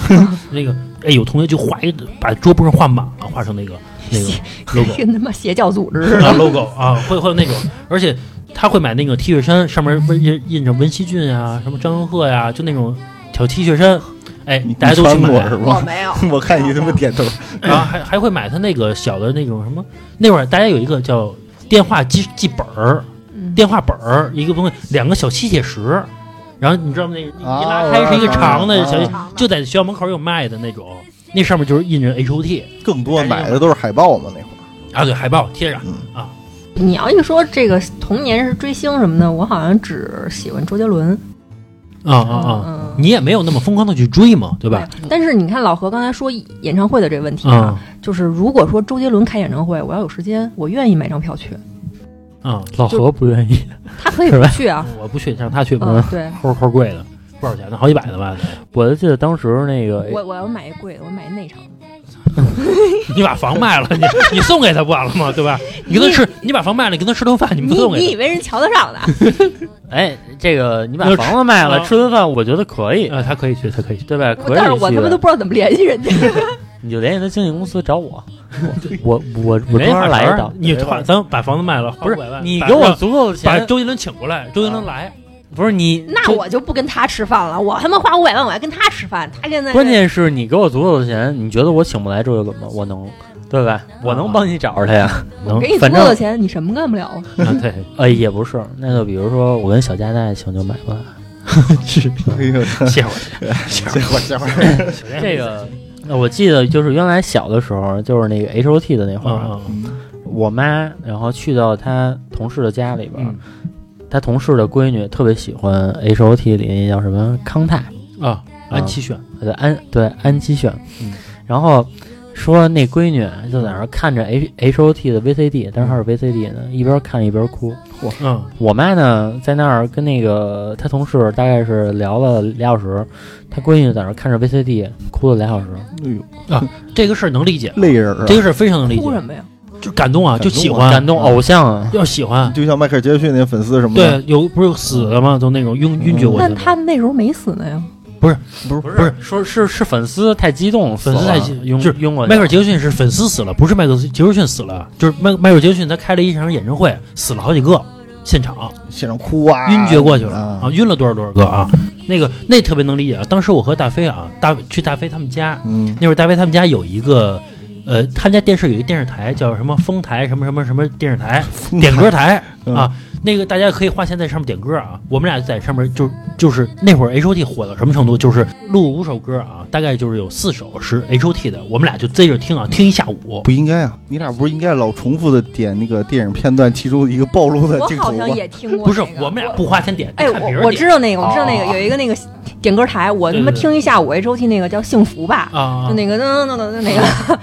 Speaker 2: 那个哎有同学就画一把桌布上画满了，画成那个那个 logo。
Speaker 6: 跟他妈邪教组织似
Speaker 2: 啊
Speaker 6: 的。
Speaker 2: logo 啊，会会有那种，而且他会买那个 T 恤衫，上面温印印着文熙俊啊，什么张恩赫呀、就那种小 T 恤衫，哎
Speaker 3: 你，
Speaker 2: 大家都去
Speaker 3: 你穿
Speaker 2: 买
Speaker 3: 过，是
Speaker 6: 我
Speaker 3: 吧？
Speaker 6: 没有，
Speaker 3: 我看你他妈点头，
Speaker 2: 然后还还会买他那个小的那种什么，那会儿大家有一个叫电话记记本儿，
Speaker 6: 嗯
Speaker 2: 电话本儿一个东西，两个小吸铁石。然后你知道吗？那
Speaker 3: 啊
Speaker 2: 一拉开是一个长的小，就在学校门口有卖的那种，那上面就是印着 H O T
Speaker 3: 更多买的都是海报嘛，那会儿。
Speaker 2: 啊，对，海报贴上，
Speaker 3: 嗯
Speaker 6: 你要一说这个童年是追星什么的，我好像只喜欢周杰伦。
Speaker 2: 啊啊啊！
Speaker 6: 嗯，
Speaker 2: 你也没有那么疯狂的去追嘛，对
Speaker 6: 对
Speaker 2: 吧？？
Speaker 6: 但是你看老何刚才说演唱会的这问题啊，
Speaker 2: 啊
Speaker 6: 就是如果说周杰伦开演唱会，我要有时间，我愿意买张票去。
Speaker 2: 啊，
Speaker 4: 老何不愿意，
Speaker 6: 他可以
Speaker 4: 是
Speaker 6: 不
Speaker 4: 吧
Speaker 6: 去啊，
Speaker 2: 我不去，让他去吧，哎
Speaker 6: 嗯，对
Speaker 2: 齁齁贵的，多少钱呢？好几百的 吧？
Speaker 4: 我就记得当时那个
Speaker 6: 我我要买一贵的，我买内场。
Speaker 2: 你把房卖了，你你送给他不完了吗？对 吧？你跟他吃，你把房卖了，你跟他吃顿饭，你
Speaker 6: 你
Speaker 2: 不送
Speaker 6: 你以
Speaker 2: 给
Speaker 6: 为人瞧得上的？
Speaker 4: 哎，这个你把
Speaker 2: 要吃
Speaker 4: 房子卖了，
Speaker 2: 啊
Speaker 4: 吃顿饭，我觉得可以
Speaker 2: 他？，呃，他可以去，他 可以去。
Speaker 4: 对吧？可以去的，
Speaker 6: 但是我他妈都不知道怎么联系人家。
Speaker 4: 你就联系他经纪公司 找我，我我我
Speaker 2: 没
Speaker 4: 专门
Speaker 2: 法
Speaker 4: 来
Speaker 2: 儿
Speaker 4: 一档，
Speaker 2: 你花咱把房子卖了，
Speaker 4: 不是
Speaker 2: 花500万
Speaker 4: 你
Speaker 2: 把
Speaker 4: 给我
Speaker 2: 让
Speaker 4: 足够的
Speaker 2: 把
Speaker 4: 钱，啊
Speaker 2: 周杰伦请过来，周杰伦来，
Speaker 4: 不是你
Speaker 6: 那我就不跟他吃饭了，我他妈花五百万，我还跟他吃饭，他现在
Speaker 4: 关键是你给我足够的钱，你觉得我请不来周杰伦吗？我能，对吧？我能帮你找着他呀。
Speaker 2: 能
Speaker 6: 给你足
Speaker 4: 反
Speaker 6: 够的
Speaker 4: 正
Speaker 6: 钱，你什么干不了啊？
Speaker 2: 啊？对，
Speaker 4: 呃，也不是，那就比如说我跟小佳佳请就买吧。
Speaker 3: 哎呦，
Speaker 2: 谢谢我。
Speaker 3: 这会儿这会儿，
Speaker 4: 这个呃我记得就是原来小的时候，就是那个 H O T 的那会儿，
Speaker 2: 嗯嗯
Speaker 4: 我妈然后去到她同事的家里边，
Speaker 2: 嗯
Speaker 4: 她同事的闺女特别喜欢 H O T 里那叫什么康泰，
Speaker 2: 嗯啊，安七炫
Speaker 4: 对安对安七炫，
Speaker 2: 嗯
Speaker 4: 然后说那闺女就在那儿看着 H H O T 的 V C D，但是还是 V C D 呢，一边看一边哭。
Speaker 2: 嗯
Speaker 4: 我妈呢，在那儿跟那个她同事大概是聊了俩小时，她闺女在那儿看着 VCD 哭了俩小时。
Speaker 3: 哎呦，
Speaker 2: 这个事儿能理解，
Speaker 3: 泪人儿啊
Speaker 2: 这，个事儿非常能理
Speaker 6: 哭什
Speaker 2: 解，
Speaker 6: 么呀？
Speaker 2: 就感动啊，
Speaker 3: 感
Speaker 2: 就
Speaker 3: 动
Speaker 2: 喜
Speaker 3: 啊
Speaker 2: 欢
Speaker 4: 感，动嗯偶像啊！
Speaker 2: 要喜欢。
Speaker 3: 就像迈克尔·杰克逊那些粉丝什么的，
Speaker 2: 对，有不是有死的吗？都那种
Speaker 4: 嗯
Speaker 2: 晕晕厥过去
Speaker 6: 但
Speaker 2: 的。
Speaker 6: 他们那时候没死呢呀。
Speaker 3: 不是
Speaker 4: 不
Speaker 3: 不
Speaker 4: 是说是是粉丝太激动，
Speaker 2: 粉丝太激
Speaker 4: 拥
Speaker 2: 就是
Speaker 4: 拥过去
Speaker 2: 迈克尔·杰克逊是粉丝死了，不是迈克尔·杰克逊死了，就是迈迈克尔·杰克逊他开了一场演唱会，死了好几个，现场
Speaker 3: 现场哭啊，
Speaker 2: 晕厥过去了
Speaker 3: 啊
Speaker 2: 啊，晕了多少多少个啊，那个那特别能理解啊。当时我和大飞啊，大去大飞他们家，
Speaker 3: 嗯，
Speaker 2: 那会儿大飞他们家有一个，呃，他们家电视有一个电视台叫什么丰台什么什么什么电视台 点歌台
Speaker 3: 嗯
Speaker 2: 啊，那个大家可以花钱在上面点歌啊。我们俩在上面就就是那会儿 H O T 火到什么程度，就是录五首歌啊，大概就是有四首是 H O T 的，我们俩就追着听啊，听一下午。
Speaker 3: 不应该啊，你俩不是应该老重复的点那个电影片段其中一个暴露的
Speaker 6: 我
Speaker 3: 镜头
Speaker 6: 好像
Speaker 3: 吗？
Speaker 6: 也听过。
Speaker 2: 不是，我们俩。不花钱点，
Speaker 6: 哎，
Speaker 2: 看别人
Speaker 6: 我我
Speaker 2: 点
Speaker 6: 知道那个，我知道那个
Speaker 2: 哦
Speaker 6: 有一个那个点歌台，我他妈
Speaker 2: 对对对
Speaker 6: 听一下午 H O T 那个叫《幸福吧》，
Speaker 2: 啊，
Speaker 6: 就那嗯个噔噔噔噔那个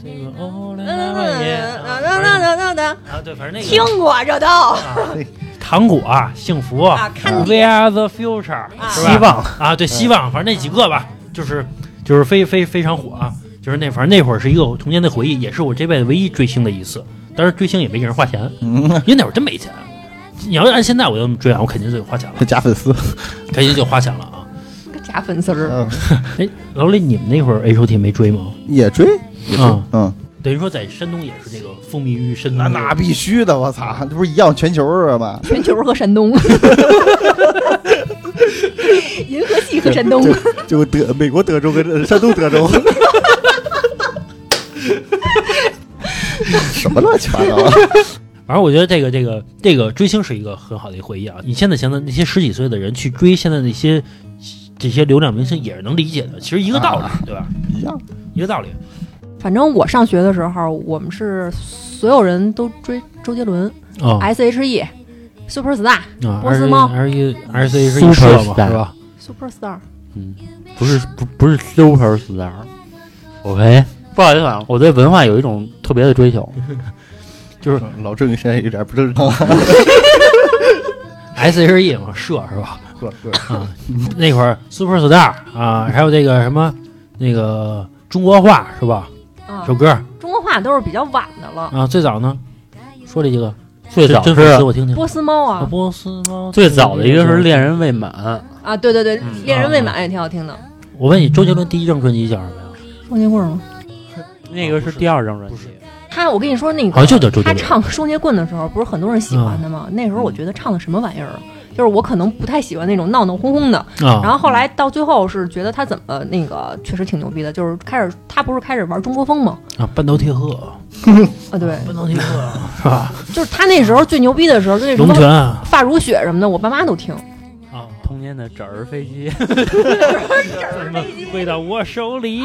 Speaker 2: 这个哦，来
Speaker 6: 噔
Speaker 2: 来来也啊
Speaker 6: 噔噔噔噔噔噔，
Speaker 2: 啊，对，反正那个啊
Speaker 6: 嗯听过这都
Speaker 2: 糖果啊幸福
Speaker 6: 啊看
Speaker 2: ，We Are the Future，是吧
Speaker 4: 希望
Speaker 2: 啊，对，希望，反正那几个吧，就是就是非非非常火啊，就是那反正那会儿是一个我童年的回忆，也是我这辈子唯一追星的一次。当然追星也没给人花钱，
Speaker 3: 嗯，
Speaker 2: 因为那会儿真没钱。你要是按现在我要这么追啊，我肯定就得花钱了
Speaker 3: 这，假粉丝，
Speaker 2: 肯定就花钱了啊。
Speaker 6: 假粉丝儿。
Speaker 3: 嗯
Speaker 2: 哎，老李，你们那会儿 H O T 没追吗？
Speaker 3: 也追，也追
Speaker 2: 啊，
Speaker 3: 嗯，
Speaker 2: 等于说在山东也是这个风靡于山东
Speaker 3: 那
Speaker 2: 的。
Speaker 3: 那必须的，我操，这不是一样全球是 吧？
Speaker 6: 全球和山东，银河系和山东，
Speaker 3: 就就德美国德州跟山东德州， 什么乱七八糟啊？
Speaker 2: 反正我觉得这个这个这个追星是一个很好的一个回忆啊！你现在想想，那些十几岁的人去追现在那些这些流量明星也是能理解的，其实一个道理，对吧？
Speaker 3: 啊一样，
Speaker 2: 一个道理。
Speaker 6: 反正我上学的时候，我们是所有人都追周杰伦、
Speaker 2: 哦
Speaker 6: S.H.E、Superstar、
Speaker 2: 啊
Speaker 6: 波斯猫
Speaker 2: ，R E R C 是一社嘛，
Speaker 4: Superstar
Speaker 2: 是吧？
Speaker 6: Superstar，
Speaker 4: 嗯，不是不不是 super star。OK，不好意思啊，我对文化有一种特别的追求。
Speaker 3: 就是老郑现在有点不正常，
Speaker 2: S H E 嘛，社是吧？
Speaker 3: 对对，
Speaker 2: 那会儿 Superstar 啊，还有这个什么那个中国话是吧？
Speaker 6: 啊
Speaker 2: 首，歌
Speaker 6: 中国话都是比较晚的了。
Speaker 2: 啊，最早呢，说这几个
Speaker 4: 最早
Speaker 2: 真粉丝，
Speaker 4: 是
Speaker 2: 我听听。
Speaker 6: 波斯猫
Speaker 2: 啊
Speaker 6: 啊
Speaker 2: 波斯猫
Speaker 4: 最早的一个是哦《恋人未满》，
Speaker 2: 哦
Speaker 6: 啊，对对对，
Speaker 2: 嗯
Speaker 6: 《恋人未满》也挺好听的。
Speaker 2: 我问你，周杰伦第一张专辑叫什么呀？
Speaker 6: 双截棍吗？
Speaker 4: 那个是第二张专
Speaker 2: 不
Speaker 4: 辑
Speaker 2: 是。
Speaker 6: 他，我跟你说那
Speaker 2: 好像就叫
Speaker 6: 个。
Speaker 2: 周杰
Speaker 6: 他
Speaker 2: 伦。嗯
Speaker 6: 唱双截棍的时候，不是很多人喜欢他吗？那时候我觉得唱的什么玩意儿啊，就是我可能不太喜欢那种闹闹哄哄的，
Speaker 2: 啊，
Speaker 6: 然后后来到最后是觉得他怎么那个确实挺牛逼的，就是开始他不是开始玩中国风吗？
Speaker 2: 啊，半岛铁盒，
Speaker 6: 啊，对，
Speaker 2: 半岛铁盒是吧？
Speaker 6: 就是他那时候最牛逼的时候，就那什
Speaker 2: 龙
Speaker 6: 么
Speaker 2: 泉啊，
Speaker 6: 发如雪什么的，我爸妈都 听。
Speaker 2: 啊
Speaker 4: 童年的纸儿飞机，
Speaker 2: 回到我手里。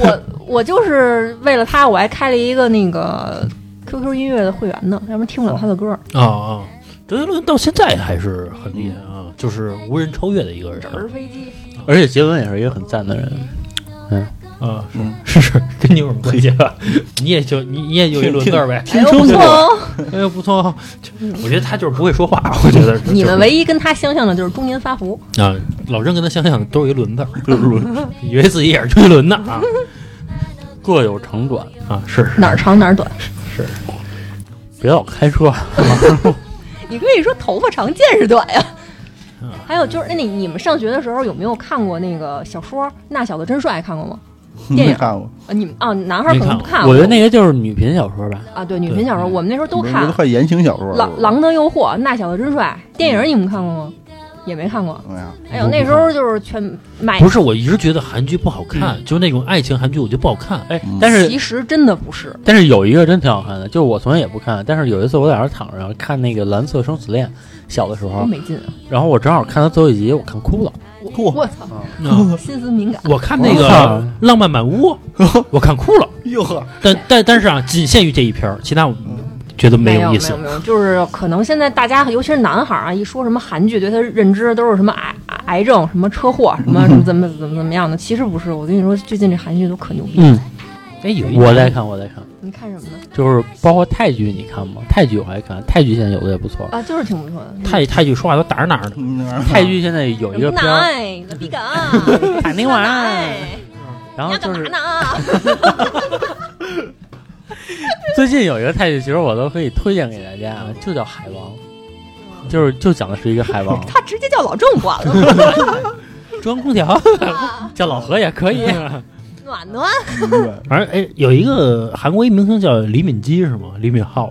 Speaker 6: 我我就是为了他，我还开了一个那个 QQ 音乐的会员呢，要不然听不了他的
Speaker 4: 哦
Speaker 6: 歌。
Speaker 2: 啊啊，周杰伦到现在还是很厉害啊，就是无人超越的一个人
Speaker 6: 飞机，
Speaker 4: 而且杰伦也是一个很赞的人。
Speaker 2: 啊，
Speaker 3: 嗯，
Speaker 2: 是 是，跟你有什么关系啊？ 你也就你你也有一轮子 呗，
Speaker 6: 哎呦不错哦。
Speaker 2: 哎呦不错哦，就我觉得他就是不会说 话，我觉得
Speaker 6: 你们
Speaker 2: 为
Speaker 6: 唯一跟他相像的就是中年发福，
Speaker 2: 啊，老郑跟他相像都是一轮子，
Speaker 3: 轮
Speaker 2: 以为自己也是周杰伦呢啊
Speaker 4: 各有长短，
Speaker 2: 啊是
Speaker 6: 哪儿长哪儿短。
Speaker 4: 别老开车。
Speaker 6: 你可以说头发长见识短呀。
Speaker 4: 嗯
Speaker 6: 还有就是，那你你们上学的时候有没有看过那个小说《那小子真帅》？看过吗？电
Speaker 3: 没
Speaker 6: 影
Speaker 3: 看过，
Speaker 6: 啊，你们啊，男孩儿可能不看
Speaker 4: 我觉得那个就是女频小说吧，
Speaker 6: 啊，对，女频小说，我们那时候都
Speaker 3: 我
Speaker 6: 看
Speaker 3: 都
Speaker 6: 《
Speaker 3: 快言情小说了。
Speaker 6: 狼狼的诱惑》《那小子真帅》电影，你们看过吗？
Speaker 4: 嗯
Speaker 6: 也没看过。
Speaker 3: 哎呀，
Speaker 6: 哎呦，那时候就是全买
Speaker 2: 不，是，我一直觉得韩剧不好看，就是那种爱情韩剧，我觉得不好 看。哎，
Speaker 3: 嗯
Speaker 4: 但是
Speaker 6: 其实真的不是。
Speaker 4: 但是有一个真挺好看的，就是我从来也不看，但是有一次我在那儿躺着看那个《蓝色生死恋》，小的时
Speaker 6: 多
Speaker 4: 候，
Speaker 6: 没劲啊！
Speaker 4: 然后我正好看到最后一集，我看哭了。
Speaker 6: 我操，
Speaker 2: 啊
Speaker 6: 心思敏感。
Speaker 2: 我看那个
Speaker 4: 我操
Speaker 2: 《浪漫满 屋》，我看哭了，
Speaker 3: 哟 呵，
Speaker 2: 但但但是啊，仅限于这一篇儿，其他我觉得
Speaker 6: 没
Speaker 2: 有
Speaker 6: 有
Speaker 2: 意
Speaker 6: 没
Speaker 2: 思
Speaker 6: 有。没有，就是可能现在大家，尤其是男孩儿啊，一说什么韩剧，对他认知都是什么癌癌症、什么车祸、什么什么怎么怎么怎么样的。其实不是，我跟你说，最近这韩剧都可牛逼。
Speaker 4: 嗯，
Speaker 2: 哎，有一
Speaker 4: 我在看，我在看，
Speaker 6: 你看什么呢？
Speaker 4: 就是包括泰剧，你看吗？泰剧我还看，泰剧现在有的也不错。
Speaker 6: 啊，就是挺不错的。
Speaker 2: 泰泰剧说话都打着哪儿呢？
Speaker 3: 嗯那玩意儿
Speaker 4: 泰剧现在有一个
Speaker 6: 不
Speaker 4: 片儿，
Speaker 6: 奶，那逼敢，
Speaker 4: 打那玩意儿，
Speaker 6: 你
Speaker 4: 然后
Speaker 6: 要干
Speaker 4: 就
Speaker 6: 嘛
Speaker 4: 是
Speaker 6: 呢？
Speaker 4: 最近有一个泰剧，其实我都可以推荐给大家啊，就叫《海王》，
Speaker 6: 嗯
Speaker 4: 就是就讲的是一个 海王
Speaker 6: 他直接叫老郑管了，
Speaker 4: 中央空调，叫老何也可以。
Speaker 6: 嗯暖暖。
Speaker 3: 明白
Speaker 2: 反正哎，有一个韩国一明星叫李敏基是吗？李敏镐，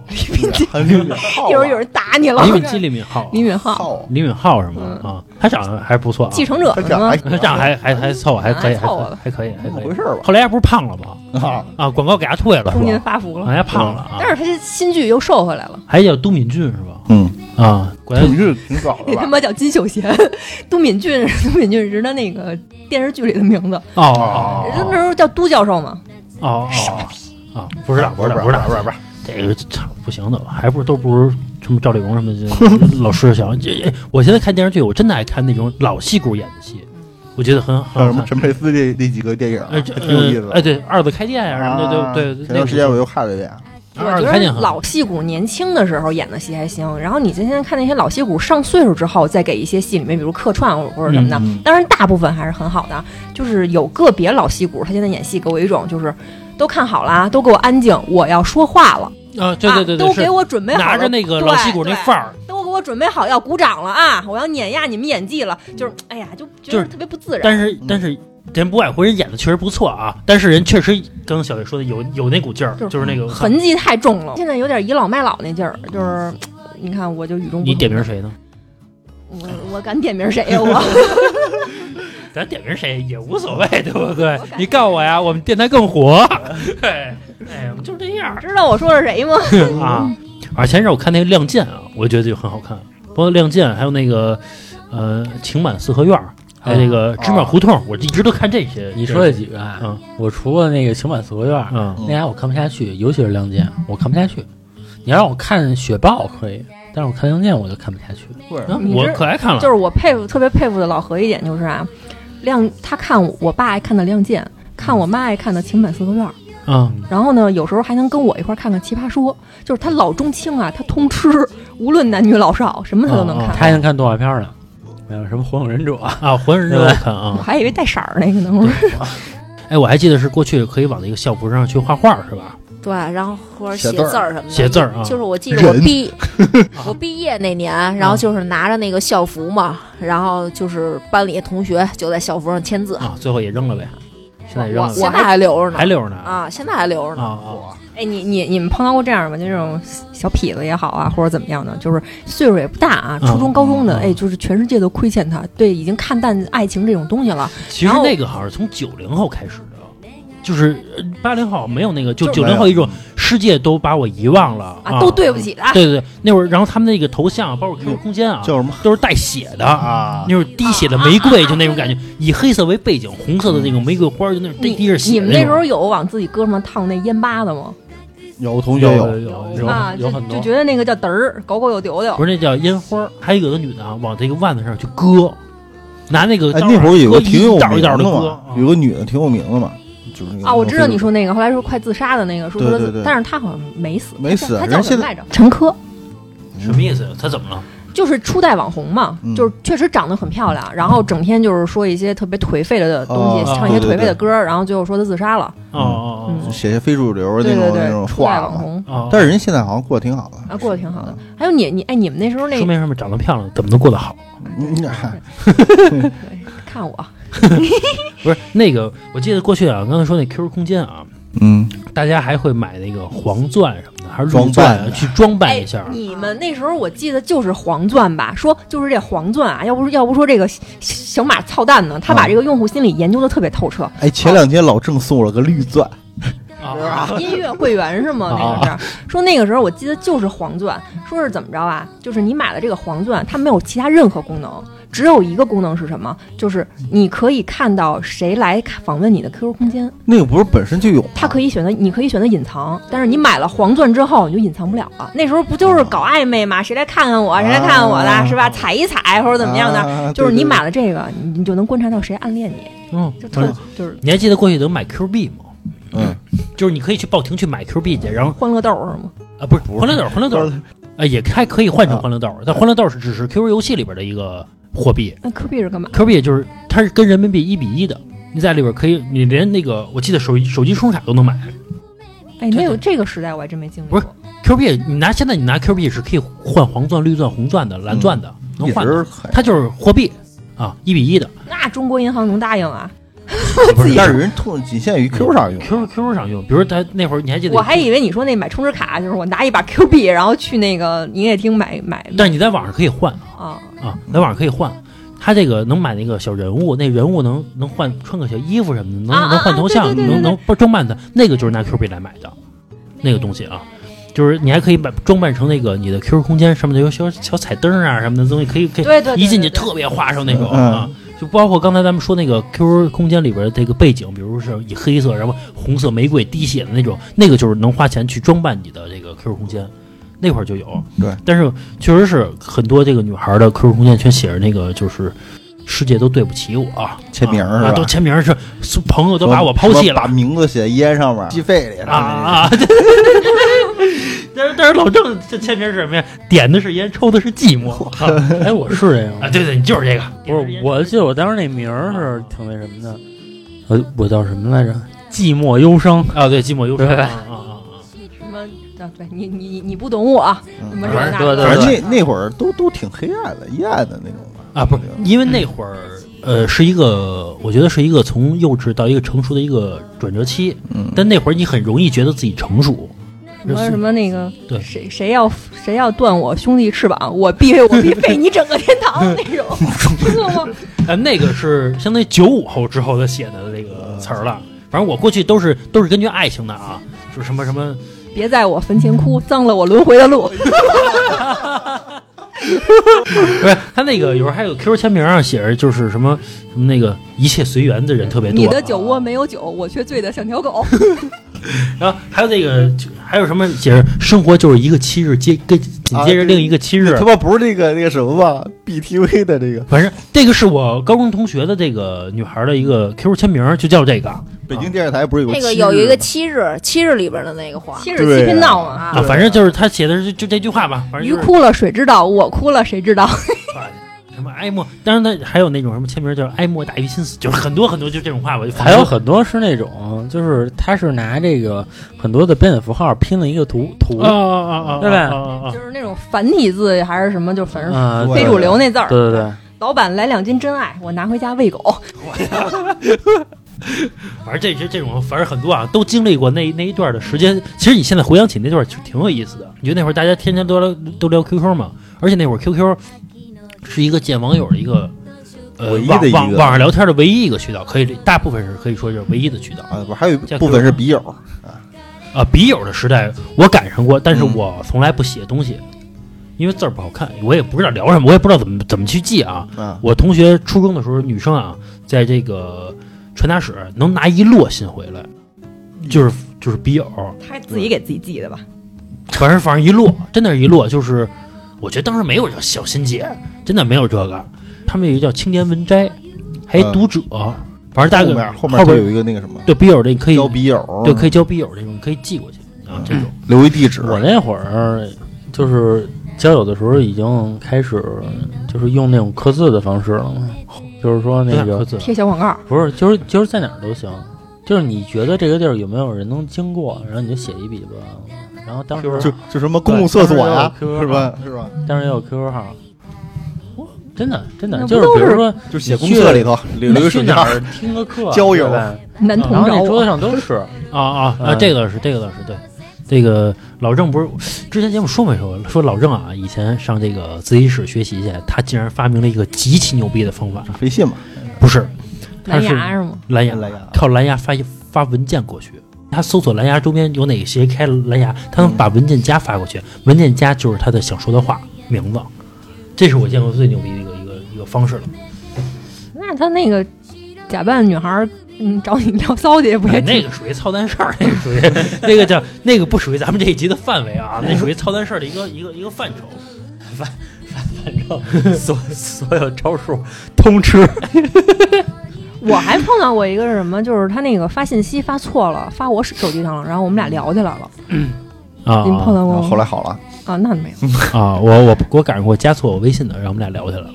Speaker 3: 韩冰冰好啊
Speaker 6: 一会儿有人打你了
Speaker 2: 李。敏基，李敏镐，
Speaker 6: 李敏镐，
Speaker 3: 好啊，
Speaker 2: 李敏镐是吗？啊，他长得还不错啊，
Speaker 6: 继承者嗯
Speaker 3: 他
Speaker 6: 是
Speaker 3: 长得
Speaker 6: 吗
Speaker 3: 还？
Speaker 2: 他长得还还还凑合，还可以，
Speaker 6: 还凑合
Speaker 2: 还可以，还
Speaker 3: 怎
Speaker 2: 可
Speaker 3: 么
Speaker 2: 以
Speaker 3: 回。事儿吧？
Speaker 2: 后来不是胖了吗？
Speaker 3: 啊，
Speaker 2: 啊，广告给他退了
Speaker 6: 中
Speaker 2: 是
Speaker 6: 年
Speaker 2: 吧？
Speaker 6: 发福了，
Speaker 2: 人家胖了啊
Speaker 6: 但，是他这新剧又瘦回来了。
Speaker 2: 还叫都敏俊是吧？
Speaker 3: 嗯，
Speaker 2: 啊，果然
Speaker 3: 你是挺早的
Speaker 6: 那他
Speaker 3: 吧？
Speaker 6: 妈叫金秀贤，都敏俊，都敏俊是他那个电视剧里的名字，
Speaker 2: 哦哦
Speaker 6: 人家那
Speaker 2: 哦
Speaker 6: 时候叫都教授嘛。
Speaker 2: 哦哦哦，不知道不知道不
Speaker 3: 不
Speaker 2: 知
Speaker 3: 是
Speaker 2: 道，
Speaker 3: 不是不是，
Speaker 2: 这个操不行的，还不是都不如什么赵丽蓉什么的老师想。这这我现在看电视剧，我真的爱看那种老戏骨演的戏，我觉得很
Speaker 3: 还
Speaker 2: 很好
Speaker 3: 有什么
Speaker 2: 看。
Speaker 3: 陈佩斯这那几个电影啊，
Speaker 2: 哎，
Speaker 3: 还
Speaker 2: 这
Speaker 3: 挺有意思
Speaker 2: 呃哎，
Speaker 3: 的。啊
Speaker 2: 对，二次开店呀什么的，对对，
Speaker 3: 前段时间我又看了一遍，
Speaker 6: 我
Speaker 2: 二次
Speaker 6: 觉
Speaker 2: 开
Speaker 6: 得
Speaker 2: 店很好
Speaker 6: 老戏骨年轻的时候演的戏还行，然后你今天看那些老戏骨上岁数之后，再给一些戏里面，比如客串或者什么的，
Speaker 3: 嗯嗯
Speaker 6: 当然大部分还是很好的，就是有个别老戏骨他现在演戏给我一种就是。都看好了啊，都给我安静！我要说话了，
Speaker 2: 啊，对对对对，
Speaker 6: 啊，都给
Speaker 2: 是
Speaker 6: 我准备好了，
Speaker 2: 拿着那个老戏骨那
Speaker 6: 对
Speaker 2: 范儿，
Speaker 6: 对都给我准备好要鼓掌了啊！我要碾压你们演技了，就是哎呀，就觉
Speaker 2: 就是
Speaker 6: 得特别不自然。
Speaker 2: 但是
Speaker 3: 嗯
Speaker 2: 但是人不外乎人演的确实不错啊，但是人确实刚刚小月说的有有那股劲儿，
Speaker 6: 就是
Speaker 2: 就是那个
Speaker 6: 痕迹太重了，嗯现在有点倚老卖老那劲儿，就是你看我就与众不同。
Speaker 2: 你点名谁呢？
Speaker 6: 我我敢点名谁 呀？我
Speaker 2: 咱点名谁也无所谓，对不对
Speaker 6: 感？觉
Speaker 2: 你告我呀，我们电台更火。对，哎，我们就是这样
Speaker 6: 知道我说是谁吗？
Speaker 2: 啊。而前阵儿我看那个《亮剑》啊，我觉得就很好看，包括《亮剑》，还有那个呃《情满四合院》，还有那个《芝麻胡同》，我一直都看这些。
Speaker 4: 你说这几个啊？
Speaker 2: 嗯
Speaker 4: 我除了那个《情满四合院》，
Speaker 2: 嗯
Speaker 4: 那俩我看不下去，尤其是《亮剑》，我看不下去。
Speaker 2: 你要让我看雪豹可以，但是我看杨健我就看不下去。
Speaker 3: 会
Speaker 2: 啊
Speaker 6: 你
Speaker 2: 我
Speaker 6: 这
Speaker 2: 可爱看了，
Speaker 6: 就是我佩服特别佩服的老何一点就是啊，亮他看我我爸爱看的《亮剑》，看我妈爱看的《情感四合院》，
Speaker 2: 啊，
Speaker 6: 然后呢，有时候还能跟我一块儿看看《奇葩说》，就是他老中青啊，他通吃，无论男女老少，什么他都能
Speaker 2: 哦哦
Speaker 6: 看。
Speaker 4: 他还能看动画片儿呢，没有什么《火影忍者》啊，
Speaker 2: 啊，火影忍者我看啊
Speaker 6: 我，还以为带色儿那个呢，我说
Speaker 2: 哎，我还记得是过去可以往那个校服上去画画是吧？
Speaker 5: 对，然后或者
Speaker 3: 写
Speaker 5: 写
Speaker 3: 字儿
Speaker 5: 字儿什么的，
Speaker 2: 写字儿啊
Speaker 5: 就是我记得我
Speaker 3: 人
Speaker 5: 毕我毕业那年，
Speaker 2: 啊
Speaker 5: 然后就是拿着那个校服嘛，然后就是班里同学就在校服上签字，
Speaker 2: 啊，最后也扔了呗，
Speaker 4: 现在扔
Speaker 5: 我
Speaker 4: 了。
Speaker 5: 现在还留着
Speaker 2: 还
Speaker 5: 呢
Speaker 2: 留着呢
Speaker 5: 啊，现在还留
Speaker 2: 啊
Speaker 5: 着呢。
Speaker 2: 啊！
Speaker 6: 哎，你你你们碰到过这样吗？就这种小痞子也好啊，或者怎么样的，就是岁数也不大啊，
Speaker 2: 嗯
Speaker 6: 初中高中
Speaker 2: 嗯
Speaker 6: 的，
Speaker 2: 嗯
Speaker 6: 哎，就是全世界都亏欠他，对，已经看淡爱情这种东西了。
Speaker 2: 其实那个好像是从九零后开始的，就是八零后没有那个，就九零后一种世界都把我遗忘了
Speaker 6: 啊，都对不起他。
Speaker 2: 对对对，那会儿，然后他们那个头像，包括 QQ 空间啊，
Speaker 3: 叫什么
Speaker 2: 都是带血的
Speaker 3: 啊
Speaker 2: 那？种滴血的玫瑰，就那种感觉，以黑色为背景，红色的那种玫瑰花，就那种滴
Speaker 6: 你
Speaker 2: 滴着血
Speaker 6: 你
Speaker 2: 的
Speaker 6: 们
Speaker 2: 那
Speaker 6: 那时候
Speaker 2: 种
Speaker 6: 有往自己胳膊上烫那烟巴子吗？
Speaker 3: 有同学
Speaker 2: 有
Speaker 3: 有，
Speaker 2: 有
Speaker 6: 啊，
Speaker 2: 有
Speaker 6: 就
Speaker 2: 有很
Speaker 6: 就
Speaker 2: 多，
Speaker 6: 觉得那个叫嘚儿，狗狗有丢丢
Speaker 2: 不。是那叫烟花，还有有的女的啊，往这个腕子上去割，拿那个
Speaker 3: 哎，
Speaker 2: 刀
Speaker 3: 那会儿有个
Speaker 2: 割
Speaker 3: 挺有
Speaker 2: 一
Speaker 3: 名
Speaker 2: 道一道
Speaker 3: 的嗯
Speaker 2: 的割
Speaker 3: 嘛，有个女的挺有名的嘛，就是那个
Speaker 6: 啊，我知道你说那个，后来说快自杀的那个，说
Speaker 3: 对
Speaker 6: 说
Speaker 3: 对对
Speaker 6: 但是他好像没死，
Speaker 3: 没死
Speaker 6: 他叫
Speaker 3: 人
Speaker 6: 什
Speaker 3: 现
Speaker 6: 么
Speaker 3: 在
Speaker 6: 来着？陈珂，
Speaker 2: 什么意思？他怎么了？
Speaker 6: 就是初代网红嘛，
Speaker 3: 嗯
Speaker 6: 就是确实长得很漂亮，然后整天就是说一些特别颓废的东西，
Speaker 2: 哦
Speaker 6: 唱一些
Speaker 3: 对对
Speaker 6: 颓废的
Speaker 3: 对
Speaker 6: 歌，然后最后说他自杀了。
Speaker 2: 哦哦哦
Speaker 3: 写些非主流
Speaker 6: 对
Speaker 3: 那
Speaker 6: 对
Speaker 3: 种
Speaker 6: 对
Speaker 3: 那种，
Speaker 6: 初代
Speaker 3: 话
Speaker 6: 网
Speaker 3: 嘛，
Speaker 6: 红。
Speaker 2: 哦，
Speaker 3: 但是人现在好像过得挺好的
Speaker 6: 啊，过得挺
Speaker 3: 嗯
Speaker 6: 好的。还有你，你哎，你们那时候那
Speaker 2: 说明什么？长得漂亮怎么能过得好？
Speaker 3: 嗯，嗨
Speaker 6: 看我，
Speaker 2: 不是那个，我记得过去啊，刚才说那 QQ 空间啊，
Speaker 3: 嗯，
Speaker 2: 大家还会买那个黄钻什么的，还是绿
Speaker 3: 装
Speaker 2: 钻
Speaker 3: 扮
Speaker 2: 啊
Speaker 3: 的
Speaker 2: 去装扮
Speaker 6: 哎
Speaker 2: 一下，。
Speaker 6: 你们那时候我记得就是黄钻吧，说就是这黄钻啊，要不是要不说这个小小马操蛋呢，他把
Speaker 3: 嗯
Speaker 6: 这个用户心理研究的特别透彻。
Speaker 3: 哎，前两天老郑送我了个绿钻，
Speaker 2: 啊
Speaker 6: 音乐会员是
Speaker 3: 啊
Speaker 6: 吗？那个是说那个时候我记得就是黄钻，说是怎么着啊？就是你买了这个黄钻，它没有其他任何功能，只有一个功能是什么？就是你可以看到谁来访问你的 QQ 空间，
Speaker 3: 那个不是本身就有吗，
Speaker 6: 它可以选择，你可以选择隐藏，但是你买了黄钻之后你就隐藏不了了。那时候不就是搞暧昧吗？谁来看看我，谁来看看我的，
Speaker 3: 啊
Speaker 6: 是吧？踩一踩或者怎么样的，
Speaker 3: 啊
Speaker 6: 就是你
Speaker 3: 对对
Speaker 6: 买了这个，你你就能观察到谁暗恋你，
Speaker 2: 嗯，
Speaker 6: 就特就是
Speaker 2: 你还记得过去能买 Q 币吗？
Speaker 3: 嗯，
Speaker 2: 就是你可以去报亭去买 Q 币去，然后
Speaker 6: 欢乐豆是吗？
Speaker 2: 啊，不是欢乐豆，欢乐豆
Speaker 3: 欢，
Speaker 2: 啊，也还可以换成欢乐豆，但欢乐豆是只是 QQ 游戏里边的一个货币
Speaker 6: 那 Q 币是干嘛？
Speaker 2: ，Q 币就是它是跟人民币一比一的，你在里边可以，你连那个我记得手机手机充卡都能买
Speaker 6: 哎，那有这个时代我还真没经历
Speaker 2: 不
Speaker 6: 过
Speaker 2: 是。，Q 币你拿现在你拿 Q 币是可以换黄钻、绿钻、红钻的、蓝钻的，能
Speaker 3: 也
Speaker 2: 换的，
Speaker 3: 是很，
Speaker 2: 它就是货币啊，一比一的，
Speaker 6: 那中国银行能答应啊？
Speaker 2: 不是
Speaker 3: 但是人通仅限于 Q 上用，
Speaker 2: Q Q 上用，比如他那会儿你还记得，
Speaker 6: 我还以为你说那买充值卡就是我拿一把 Q 币，然后去那个营业厅买买
Speaker 2: 但是你在网上可以换
Speaker 6: 啊。
Speaker 2: 啊，在网上可以换。他这个能买那个小人物，那人物能能换穿个小衣服什么的，能、
Speaker 6: 啊啊
Speaker 2: 能换头像，
Speaker 6: 对对对
Speaker 2: 能能不装扮的，那个就是拿 Q 币来买的，那个东西啊，就是你还可以把装扮成那个你的 Q 空间上面的有小小彩灯啊什么的东西，可以可以，
Speaker 6: 对对对
Speaker 2: 一进去
Speaker 6: 对对
Speaker 2: 特别花哨那种、
Speaker 3: 嗯
Speaker 2: 啊。就包括刚才咱们说那个 QQ 空间里边的这个背景，比如是以黑色，然后红色玫瑰滴血的那种，那个就是能花钱去装扮你的这个 QQ 空间，那会儿就有。
Speaker 3: 对，
Speaker 2: 但是确实是很多这个女孩的 QQ 空间全写着那个就是世界都对不起我
Speaker 3: 签名儿
Speaker 2: 啊
Speaker 3: 是吧
Speaker 2: 啊，都签名儿是是朋友都把我抛弃
Speaker 3: 什么
Speaker 2: 了
Speaker 3: 把名字写烟上面，鸡肺里
Speaker 2: 啊啊！ 对但是但是老郑这签名是什么呀？点的是烟，抽的是寂寞 啊！
Speaker 4: 哎，我是这样吗，
Speaker 2: 对对，你就是这个，
Speaker 4: 不是，我记得我当时那名儿是挺那什么的，呃，我叫什么来着？寂寞忧伤。
Speaker 2: 啊，对寂寞忧伤啊
Speaker 4: 对对
Speaker 2: 啊啊啊！
Speaker 6: 什么？啊，对你你你你不懂我，啊什么
Speaker 3: 嗯
Speaker 6: 这那
Speaker 4: 对对
Speaker 3: 反
Speaker 6: 的
Speaker 3: 正
Speaker 4: 对
Speaker 3: 那那会儿都都挺黑暗的，阴暗的那种吧。
Speaker 2: 啊，不是，因为那会儿，呃，是一个，我觉得是一个从幼稚到一个成熟的一个转折期。
Speaker 3: 嗯，
Speaker 2: 但那会儿你很容易觉得自己成熟，
Speaker 6: 什么什么那个
Speaker 2: 对
Speaker 6: 谁谁要谁要断我兄弟翅膀，我必我必废你整个天堂那种，知道 吗？
Speaker 2: 呃，那个是相当于九五后之后他写的这个词儿了。反正我过去都是都是根据爱情的啊，就是什么什么
Speaker 6: 别在我坟前哭，脏了我轮回的路。
Speaker 2: 不是他那个有时候还有 QQ 签名上写着就是什么什么那个一切随缘的人特别多，啊
Speaker 6: 你的酒窝没有酒，我却醉得像条狗。
Speaker 2: 然后还有那个就还有什么写着生活就是一个七日接跟紧接
Speaker 4: 啊
Speaker 2: 着另一个七日，
Speaker 3: 他妈不是那个那个什么吧？BTV 的这个
Speaker 2: 反正这个是我高中同学的这个女孩的一个 QQ 签名，就叫这个啊，
Speaker 3: 北京电视台不是有
Speaker 5: 那
Speaker 3: 个
Speaker 5: 个有一个
Speaker 3: 七
Speaker 5: 七日，七日里边的那个话，
Speaker 6: 七十七频道嘛，
Speaker 5: 对
Speaker 2: 反正就是他写的是就这句话吧，反正
Speaker 6: 鱼
Speaker 2: 就是
Speaker 6: 哭了谁知道，我哭了谁知道？
Speaker 2: 什么哀莫，当然他还有那种什么签名叫哀莫大于心死，就是很多很多就这种话，我就
Speaker 4: 还有很多是那种，就是他是拿这个很多的标点符号拼了一个图图，
Speaker 2: 啊啊啊啊，
Speaker 4: 对吧
Speaker 2: 啊啊嗯啊
Speaker 6: 就是那种繁体字还是什么，就反正
Speaker 4: 啊，
Speaker 3: 对
Speaker 6: 非主流那字儿。
Speaker 4: 对对对，
Speaker 6: 老板来两斤真爱，我拿回家喂狗。
Speaker 2: 反正这这这种，反正很多啊，都经历过那那一段的时间。其实你现在回想起那段，其实挺有意思的。你觉得那会儿大家天天都聊都聊 QQ 嘛，而且那会儿 QQ 是一个见网友的一个呃
Speaker 3: 唯一的
Speaker 2: 网
Speaker 3: 一个
Speaker 2: 网网上聊天的唯一一个渠道，可以大部分是可以说就是唯一的渠道
Speaker 3: 啊，不是还有一部分是笔友，
Speaker 2: 啊。笔友的时代我赶上过，但是
Speaker 3: 嗯
Speaker 2: 我从来不写东西，因为字儿不好看，我也不知道聊什么，我也不知道怎么怎么去记啊。
Speaker 3: 啊，
Speaker 2: 我同学初中的时候，女生啊，在这个传达室能拿一摞信回来，
Speaker 3: 嗯
Speaker 2: 就是就是笔友，
Speaker 6: 他自己给自己记的吧？
Speaker 2: 反正反正一摞，真的是一摞，就是我觉得当时没有这小心结，真的没有这个。他们有一个叫青年文摘，还有
Speaker 3: 嗯
Speaker 2: 读者，反正大
Speaker 3: 后
Speaker 2: 概
Speaker 3: 面后
Speaker 2: 面
Speaker 3: 面会有一个那个什么
Speaker 2: 对笔友的你可以
Speaker 3: 交笔友，嗯
Speaker 2: 对可以交笔友这种可以寄过去啊这种。
Speaker 3: 留一地址，
Speaker 4: 我那会儿就是交友的时候已经开始就是用那种刻字的方式了嘛，就是说那
Speaker 2: 都想刻
Speaker 4: 个
Speaker 2: 字
Speaker 6: 贴小广告，
Speaker 4: 不是，就是就是在哪儿都行，就是你觉得这个地儿有没有人能经过，然后你就写一笔吧。然后当时
Speaker 3: 就就什么公共厕所呀，
Speaker 4: 对
Speaker 3: 是吧？是吧？
Speaker 4: 当时也有 QQ 号，我
Speaker 3: 嗯
Speaker 4: 真的真的
Speaker 6: 那不
Speaker 4: 就是
Speaker 6: 都
Speaker 4: 比如
Speaker 6: 是
Speaker 4: 说
Speaker 3: 就写公厕里头留
Speaker 4: 你
Speaker 3: 留一
Speaker 4: 去
Speaker 3: 手机
Speaker 4: 哪
Speaker 3: 号，
Speaker 4: 儿听个课，
Speaker 3: 交友
Speaker 4: 对吧
Speaker 6: 男同
Speaker 4: 然后
Speaker 6: 找我
Speaker 4: 那桌 子。上都是，
Speaker 2: 啊啊啊！
Speaker 4: 嗯
Speaker 2: 这个倒是，这个倒是对。这个老郑不是之前节目说没说？说老郑啊，以前上这个自习室学习去，他竟然发明了一个极其牛逼的方法，
Speaker 3: 微信嘛，
Speaker 2: 不是他
Speaker 6: 蓝
Speaker 2: 是
Speaker 6: 牙哎是吗？
Speaker 2: 蓝牙，
Speaker 3: 蓝牙
Speaker 2: 靠蓝牙发发文件过去。他搜索蓝牙周边有哪些开蓝牙，他能把文件夹发过去。文件夹就是他的想说的话名字，这是我见过最牛逼的一个一个一个方式了。
Speaker 6: 那他那个假扮女孩儿，嗯，找你聊骚去不也
Speaker 2: 哎，
Speaker 6: 挺
Speaker 2: 那个属于操蛋事儿，那个属于 那个叫那个不属于咱们这一集的范围啊，那属于操蛋事儿的一个一个一个范 畴。
Speaker 4: 反正所所有招数通吃。
Speaker 6: 我还碰到过一个是什么，就是他那个发信息发错了，发我手机上了，然后我们俩聊起来了。
Speaker 2: 啊
Speaker 6: 您碰到
Speaker 3: 然
Speaker 6: 过
Speaker 3: 后
Speaker 6: 吗？
Speaker 3: 后来好了，
Speaker 6: 啊，那没有，
Speaker 2: 啊！我我我赶上过加错我微信的，然后我们俩聊起来了，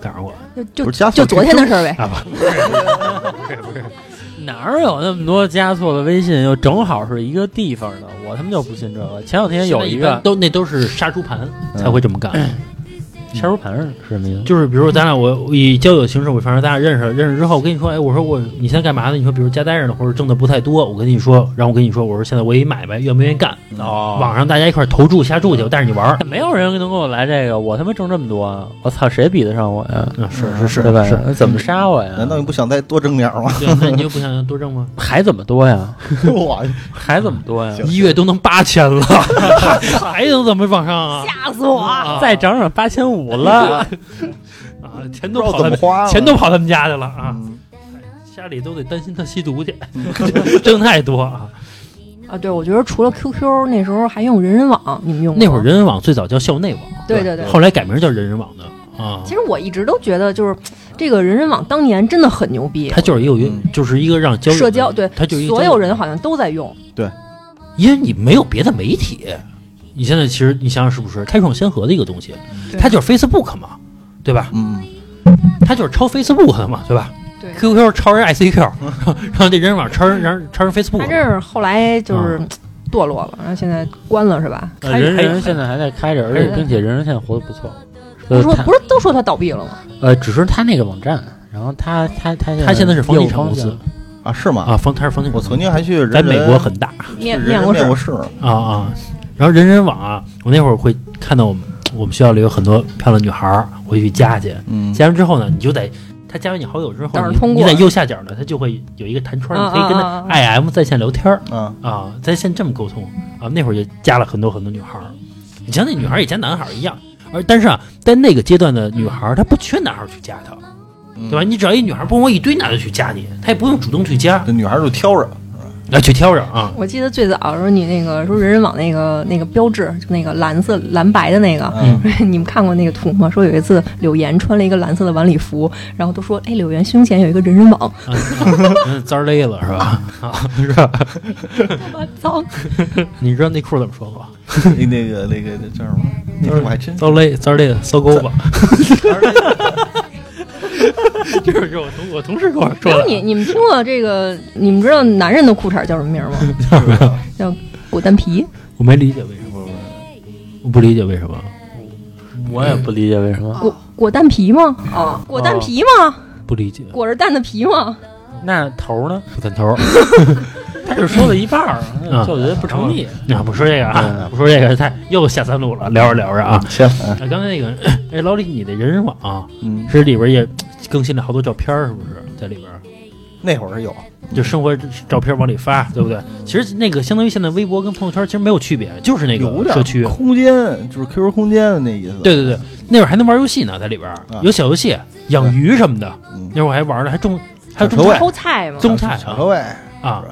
Speaker 2: 赶上过
Speaker 6: 就
Speaker 3: 不
Speaker 6: 就是
Speaker 3: 加
Speaker 6: 就昨天的事儿呗。
Speaker 2: 啊不，
Speaker 4: 哪儿有那么多加错的微信，又正好是一个地方的？我他妈就不信这个。前两天有
Speaker 2: 一般
Speaker 4: 个嗯
Speaker 2: 都那都是杀猪盘才会这么干，
Speaker 4: 杀猪盘是什么意思？
Speaker 2: 就是比如说咱俩我我以交友形式，我反正咱俩认识了，认识之后我跟你说，哎，我说我你现在干嘛呢？你说比如家待着呢，或者挣的不太多，我跟你说，然后我跟你说，我说现在我有一买卖，愿不愿意干？
Speaker 4: 哦，
Speaker 6: 啊
Speaker 2: 网上大家一块儿投注下注
Speaker 6: 嗯
Speaker 2: 去，我带着你玩儿。
Speaker 4: 没有人能跟我来这个，我他妈挣这么多，啊我操，谁比得上我呀？
Speaker 2: 啊，是是
Speaker 4: 对吧？那怎么杀我呀？
Speaker 3: 难道你不想再多挣点儿吗？
Speaker 2: 对，那你又不想多 挣吗？
Speaker 4: 还怎么多呀？
Speaker 3: 我
Speaker 4: 还怎么多呀？
Speaker 2: 一月都能八千 了，还能怎么往上啊？
Speaker 6: 吓死我！
Speaker 4: 再涨涨八千五了，
Speaker 2: 啊，钱
Speaker 3: 不
Speaker 2: 都
Speaker 3: 知道
Speaker 2: 跑他
Speaker 3: 怎么
Speaker 2: 们，
Speaker 3: 花了，
Speaker 2: 钱都跑他们家去了啊！
Speaker 3: 嗯
Speaker 2: 家里都得担心他吸毒 去，挣太多啊！
Speaker 6: 啊，对，我觉得除了 QQ，那时候还用人人网，你们用过吗
Speaker 2: 那会儿人人网最早叫校内网，
Speaker 6: 对对对
Speaker 2: 后来改名叫人人网的啊
Speaker 6: 嗯其。实我一直都觉得，就是这个人人网当年真的很牛逼
Speaker 2: 它，就是一个，就是一个让交友
Speaker 6: 嗯社交对，
Speaker 2: 它就是一个
Speaker 6: 所
Speaker 2: 交
Speaker 6: 有
Speaker 2: 友
Speaker 6: 人好像都在用。
Speaker 2: 因为你没有别的媒体，你现在其实你想想是不是开创先河的一个东西？它就是 Facebook 嘛，对吧？
Speaker 3: 嗯，
Speaker 2: 它就是抄 Facebook 的嘛，对吧？
Speaker 6: 对
Speaker 2: QQ 超人 ICQ，然后这人人网超人，人超人 Facebook，
Speaker 6: 他这是后来就是堕落了，然后现在关了是吧？
Speaker 4: 呃人人现在还在开着，而且并且人人现在活得不错。
Speaker 6: 不
Speaker 4: 呃
Speaker 6: 是说
Speaker 4: 他
Speaker 6: 不是都说他倒闭了吗？
Speaker 4: 呃，只是他那个网站，然后他他他
Speaker 2: 他现在是房地
Speaker 4: 业务
Speaker 2: 产
Speaker 4: 方
Speaker 2: 公
Speaker 4: 向
Speaker 2: 司
Speaker 3: 啊是吗？
Speaker 2: 啊，房他是房地产公
Speaker 3: 我
Speaker 2: 司。
Speaker 3: 曾经还去人
Speaker 2: 在美国
Speaker 3: 人
Speaker 2: 很大
Speaker 6: 面
Speaker 3: 去人
Speaker 6: 面
Speaker 3: 人
Speaker 6: 过试
Speaker 3: 面过试，
Speaker 2: 啊啊。然后人人网啊，我那会儿会看到我们我们学校里有很多漂亮女孩儿，我会去加去。
Speaker 3: 嗯，
Speaker 2: 加完之后呢，你就得他加完你好友之
Speaker 6: 等
Speaker 2: 后，
Speaker 6: 着
Speaker 2: 你
Speaker 6: 通
Speaker 2: 你
Speaker 6: 过
Speaker 2: 在右下角呢，他就会有一个弹窗，
Speaker 6: 啊
Speaker 2: 你可以跟
Speaker 6: 啊
Speaker 2: 他
Speaker 6: 啊啊
Speaker 2: IM 在线聊天儿
Speaker 3: 啊，
Speaker 2: 啊，在线这么沟通啊。那会儿就加了很多很多女孩儿，你像那女孩儿也加男孩儿一样，而但是啊，在那个阶段的女孩儿，她不缺男孩儿去加她，
Speaker 3: 嗯
Speaker 2: 对吧？你只要一女孩儿，不光一堆男的去加你，她也不用主动去加，
Speaker 3: 这女孩儿就挑着，啊
Speaker 2: 来去挑着 啊。
Speaker 6: 我记得最早的时候，你那个说人人网那个那个标志，就那个蓝色蓝白的那个，
Speaker 3: 嗯
Speaker 6: 你们看过那个图吗？说有一次柳岩穿了一个蓝色的晚礼服，然后都说，哎，柳岩胸前有一个人人网，
Speaker 2: 嗯，滋儿勒了是吧？啊，是吧？
Speaker 6: 脏，
Speaker 2: 你知道内裤怎么说吗？
Speaker 3: 那那个那个叫什么？
Speaker 2: 嗯
Speaker 3: 那个我还真
Speaker 2: 滋儿勒，滋儿勒，骚沟 吧。这是我同我同事跟我说
Speaker 6: 然后
Speaker 2: 的，
Speaker 6: 你你们听过这个？你们知道男人的裤 衩叫什么名吗？叫狗蛋皮。
Speaker 2: 我没理解为什么，我不理解为什么。
Speaker 4: 我也不理解为什么。
Speaker 6: 果果蛋皮吗？啊，果蛋皮吗？
Speaker 2: 不理解，
Speaker 6: 裹着蛋的皮 吗？
Speaker 4: 嗯那头呢？
Speaker 2: 不点头。
Speaker 4: 他只说了一半儿，
Speaker 2: 嗯
Speaker 4: 就觉得不成立。
Speaker 2: 啊，不说这个
Speaker 3: 嗯
Speaker 2: 啊，不说这个，太又下三路了，聊着聊着啊。
Speaker 3: 行，
Speaker 2: 啊，刚才那个，哎，老李，你的人人网、啊、
Speaker 3: 嗯，
Speaker 2: 是里边也更新了好多照片儿，是不是在里边儿？
Speaker 3: 那会儿是有，
Speaker 2: 就生活照片往里发，对不对？其实那个相当于现在微博跟朋友圈其实没有区别，就是那
Speaker 3: 有
Speaker 2: 个
Speaker 3: 点
Speaker 2: 社区。
Speaker 3: 空间，就是 QQ 空间的那意思。啊
Speaker 2: 对对对，那会儿还能玩游戏呢，在里边儿有小游戏、养鱼什么的。
Speaker 3: 嗯，
Speaker 2: 那会儿还玩了，还种还种
Speaker 3: 小车位
Speaker 2: 菜
Speaker 6: 偷菜吗？
Speaker 2: 种菜
Speaker 3: 小车位
Speaker 2: 啊，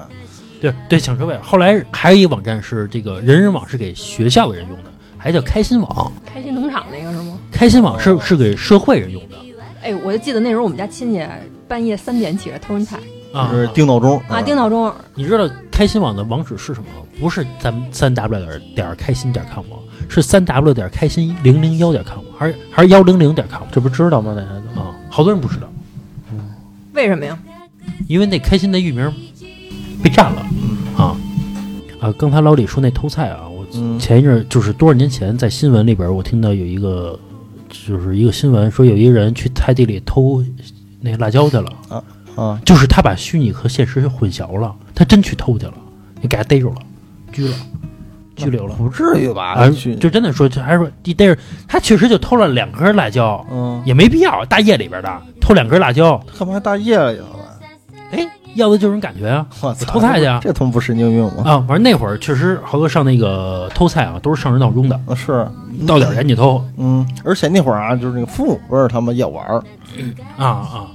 Speaker 2: 对对，抢车位。后来还有一个网站是这个人人网是给学校的人用的，还叫开心网。
Speaker 6: 开心农场那个是吗？
Speaker 2: 开心网是是给社会人用的
Speaker 6: 哎，我就记得那时候我们家亲戚半夜三点起来偷人菜
Speaker 2: 啊
Speaker 3: 就。是定闹钟
Speaker 6: 啊，定闹钟。
Speaker 2: 你知道开心网的网址是什么吗？不是咱们三 w 点点开心点 com 吗？是三 w 点开心零零幺点 com，还是还是幺零零点 com
Speaker 4: 这不知道吗？大家都
Speaker 2: 啊？好多人不知道，
Speaker 6: 为什么呀？
Speaker 2: 因为那开心的域名被占了啊啊！刚才老李说那偷菜啊，我
Speaker 3: 嗯
Speaker 2: 前一阵儿就是多少年前在新闻里边儿，我听到有一个就是一个新闻说有一个人去菜地里偷那辣椒去了。
Speaker 3: 啊，
Speaker 2: 就是他把虚拟和现实混淆了，他真去偷去了，你给他逮住了，拘了，拘留了。
Speaker 3: 不至于吧？
Speaker 2: 啊，
Speaker 3: 去
Speaker 2: 就真的说，就还是说逮着他确实就偷了两根辣椒，
Speaker 3: 嗯，
Speaker 2: 也没必要，大夜里边的偷两根辣椒，
Speaker 3: 干嘛还大夜了去了吧？
Speaker 2: 哎，要的就是这种感觉啊
Speaker 3: 我操，
Speaker 2: 偷菜去啊！
Speaker 3: 这他妈不神经病吗？
Speaker 2: 啊，反正那会儿确实豪哥上那个偷菜啊，都是上人闹钟的，
Speaker 3: 啊是，
Speaker 2: 到点儿赶紧偷
Speaker 3: 嗯，而且那会儿啊，就是那个父母辈儿他们也玩儿，
Speaker 2: 啊啊。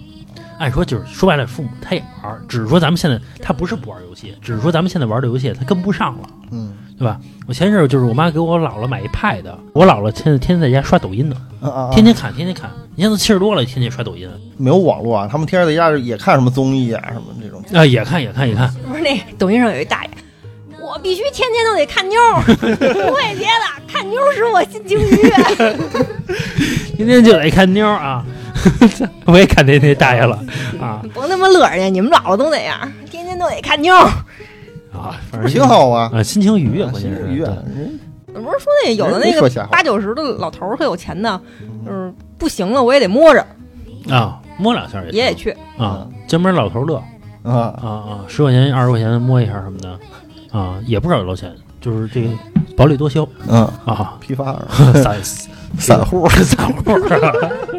Speaker 2: 按说就是说白了，父母他也玩儿，只是说咱们现在他不是不玩儿游戏，只是说咱们现在玩儿的游戏他跟不上了。
Speaker 3: 嗯
Speaker 2: 对吧？我前一阵儿就是我妈给我姥姥买一 pad，我姥姥现在天天在家刷抖音呢，
Speaker 3: 啊啊，啊
Speaker 2: 天天看，天天看。你现在七十多了，天天刷抖音
Speaker 3: 没有网络啊，他们天天在家也看什么综艺啊，什么这种。
Speaker 2: 啊，也看也看也看。
Speaker 6: 不是那抖音上有一大爷，我必须天天都得看妞儿， 不会别的，看妞儿使我心情愉悦。
Speaker 2: 今 天就得看妞儿啊， 我也看那那大爷了啊
Speaker 6: 甭他妈乐人家，你们姥姥都那样，天天都得看妞儿。
Speaker 2: 啊，反正
Speaker 3: 不挺好啊，
Speaker 2: 啊，心情愉悦，关
Speaker 3: 心
Speaker 2: 键是
Speaker 3: 愉悦
Speaker 2: 对。
Speaker 3: 人
Speaker 6: 不是说那有的那
Speaker 3: 没
Speaker 6: 个
Speaker 3: 说瞎话
Speaker 6: 八九十的老头儿可有钱呢，就是不行了我也得摸着，
Speaker 2: 啊，摸两下也行
Speaker 6: 也得去。
Speaker 2: 啊，专门老头儿乐
Speaker 3: 啊，
Speaker 2: 啊啊，十块钱二十块钱摸一下什么的啊，也不少多少钱，就是这个薄利多销
Speaker 3: 嗯，，
Speaker 2: 啊
Speaker 3: 批发二
Speaker 2: 散
Speaker 3: 散 户，
Speaker 2: 散户儿。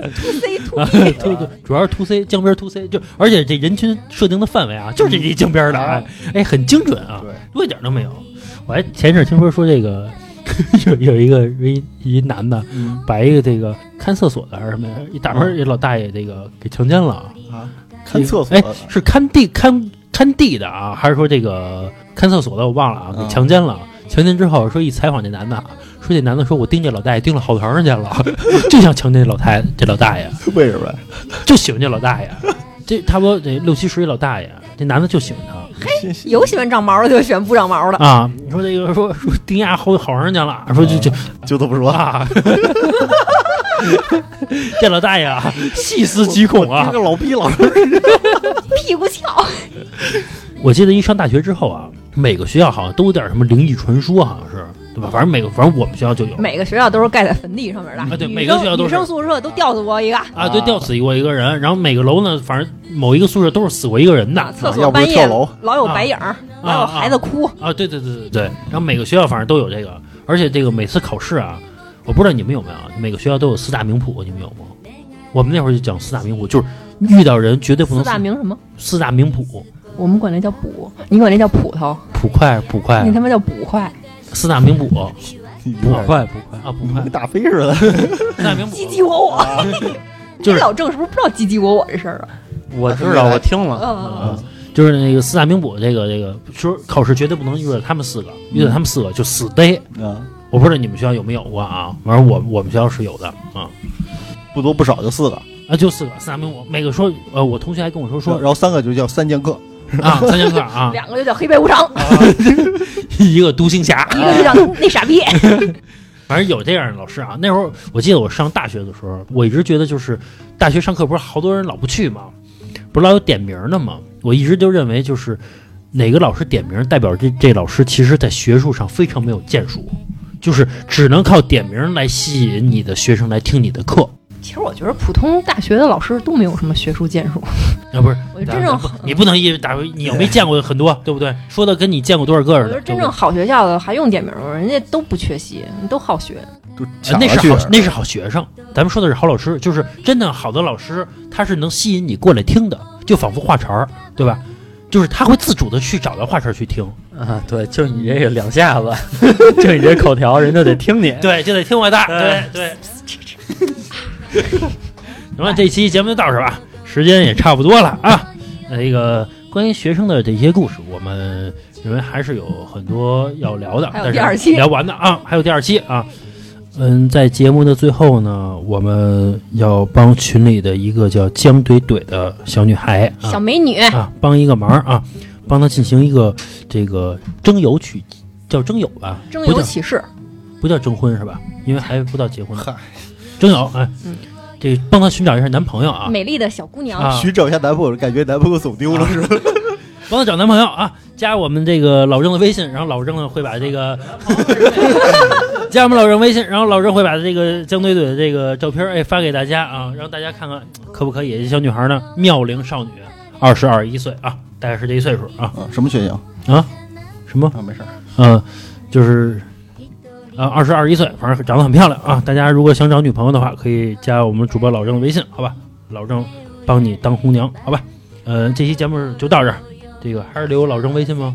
Speaker 6: to C to B，
Speaker 2: 对
Speaker 3: 啊
Speaker 2: 对，主要是 to C 江边 to C，就而且这人群设定的范围啊，就是这些江边的，哎哎，很精准啊，
Speaker 3: 啊对，
Speaker 2: 多一点都没有。我还前一阵听说说这个 有有一个有一一男的
Speaker 3: 嗯
Speaker 2: 把一个这个看厕所的还是什么呀，一大门一老大爷这个给强奸了啊，
Speaker 3: 啊，看厕所
Speaker 2: 哎，是看地看看地的啊，还是说这个看厕所的我忘了啊，给
Speaker 3: 嗯
Speaker 2: 强奸了。强奸之后说一采访这男的啊，说这男的说我盯这老大爷盯了好长时间了， 就想强奸这老太这老大爷。
Speaker 3: 为什么呀？
Speaker 2: 就喜欢这老大爷，这差不多得六七十一老大爷，这男的就喜欢他
Speaker 6: 有喜欢长毛的，有喜欢不长毛 的。
Speaker 2: 啊。你说这个说说丁亚好好长时间了，啊说就就
Speaker 3: 就这么说，
Speaker 2: 啊，这老大爷 啊，细思极恐啊
Speaker 3: 这！个老逼老师
Speaker 6: 屁股翘，
Speaker 2: 我记得一上大学之后啊，每个学校好像都有点什么灵异传说，好像是对吧？反正每个反正我们学校就有
Speaker 6: 每个学校都是盖在坟地上面的。
Speaker 2: 啊对
Speaker 6: 女
Speaker 2: 每个
Speaker 6: 生
Speaker 2: 学校都
Speaker 6: 女
Speaker 2: 是
Speaker 6: 生宿舍都吊死过一个，
Speaker 2: 啊，对，吊死过一个人，然后每个楼呢，反正某一个宿舍都是死过一个人的
Speaker 6: 啊，厕
Speaker 3: 要
Speaker 6: 所
Speaker 3: 不就
Speaker 6: 半夜
Speaker 3: 跳楼
Speaker 6: 老有白影儿，老有孩子哭。
Speaker 2: 啊，对对对对对，然后每个学校反正都有这个，而且这个每次考试啊，我不知道你们有没有，啊，每个学校都有四大名谱，你们有吗？我们那会儿就讲四大名谱，就是遇到人绝对不能
Speaker 6: 四大名什么？
Speaker 2: 四大名谱，
Speaker 6: 我们管那叫补，你管那叫捕头，哎
Speaker 2: 捕快捕快
Speaker 6: 你，他妈叫捕快。
Speaker 2: 四大名谱，不快不快啊不
Speaker 3: 跟
Speaker 2: 快，
Speaker 3: 大飞似的。
Speaker 2: 那明
Speaker 6: 唧唧我 我，
Speaker 2: 就是
Speaker 6: 老啊郑是不是不知道唧唧我我这事儿啊？
Speaker 4: 我知道，我听了。
Speaker 6: 嗯，
Speaker 2: 啊，就是那个四大名捕这个这个，就是考试绝对不能遇到他们四个，遇到他们四个就死逮。
Speaker 3: 嗯，
Speaker 2: 我不知道你们学校有没有过啊，反正我我们学校是有的啊
Speaker 3: 不多不少就四个，
Speaker 2: 啊，就四个四大名捕，每个说呃，我同学还跟我说 说
Speaker 3: 然后三个就叫三剑客，
Speaker 2: 啊，三剑客啊，
Speaker 6: 嗯两个就叫黑白无常，
Speaker 2: 一个独行侠，
Speaker 6: 一个就叫那傻逼。
Speaker 2: 反正有这样的老师啊。那会儿我记得我上大学的时候，我一直觉得就是大学上课不是好多人老不去嘛，不是老有点名的嘛，我一直就认为就是哪个老师点名，代表这这老师其实在学术上非常没有建树，就是只能靠点名来吸引你的学生来听你的课。
Speaker 6: 其实我觉得普通大学的老师都没有什么学术建树，
Speaker 2: 啊，不是，
Speaker 6: 我觉得真正
Speaker 2: 不你不能一打，你又没见过很多，对不对？说的跟你见过多少个
Speaker 6: 我
Speaker 2: 似的。
Speaker 6: 觉得
Speaker 2: 对
Speaker 6: 真
Speaker 2: 不对
Speaker 6: 正好学校的还用点名吗？人家都不缺席，都好学。
Speaker 3: 就
Speaker 2: 呃
Speaker 3: 抢
Speaker 2: 那
Speaker 3: 着去
Speaker 2: 是。好，那是好学生。咱们说的是好老师，就是真的好的老师，他是能吸引你过来听的，就仿佛话茬儿，对吧？就是他会自主的去找到话茬儿去听，
Speaker 4: 啊，对，就你这个两下子， 就你这口条，人就得听你。
Speaker 2: 对，就得听我的，对
Speaker 4: 哎
Speaker 2: 对。 行了，这期节目就到这儿吧，时间也差不多了啊。那个关于学生的这些故事，我们认为还是有很多要聊的，
Speaker 6: 还有
Speaker 2: 但是
Speaker 6: 第二期
Speaker 2: 聊完的啊，还有第二期啊。嗯，在节目的最后呢，我们要帮群里的一个叫江怼怼的小女孩啊，
Speaker 6: 小美女，
Speaker 2: 啊，帮一个忙啊，帮她进行一个这个征友取，叫征友吧，
Speaker 6: 征
Speaker 2: 不
Speaker 6: 友
Speaker 2: 叫
Speaker 6: 启事，
Speaker 2: 不叫征婚是吧？因为还不到结婚
Speaker 3: 嗨，
Speaker 2: 征友哎
Speaker 6: 嗯，
Speaker 2: 这帮她寻找一下男朋友啊，
Speaker 6: 美丽的小姑娘，
Speaker 2: 啊，
Speaker 3: 寻找一下男朋友，感觉男朋友总丢了似的。
Speaker 2: 帮她找男朋友啊，加我们这个老郑的微信，然后老郑呢会把这个 加我们老郑微信，然后老郑会把这个江怼怼的这个照片哎发给大家啊，让大家看看可不可以？这小女孩呢，妙龄少女，二十二一岁啊，大概是这一岁数啊，
Speaker 3: 啊，什么血型
Speaker 2: 什么？
Speaker 3: 啊？没事儿，
Speaker 2: 嗯，就是呃二十二一岁，反正长得很漂亮啊。大家如果想找女朋友的话，可以加我们主播老郑的微信，好吧？老郑帮你当红娘，好吧？呃，这期节目就到这儿，这个还是留老郑微信吗？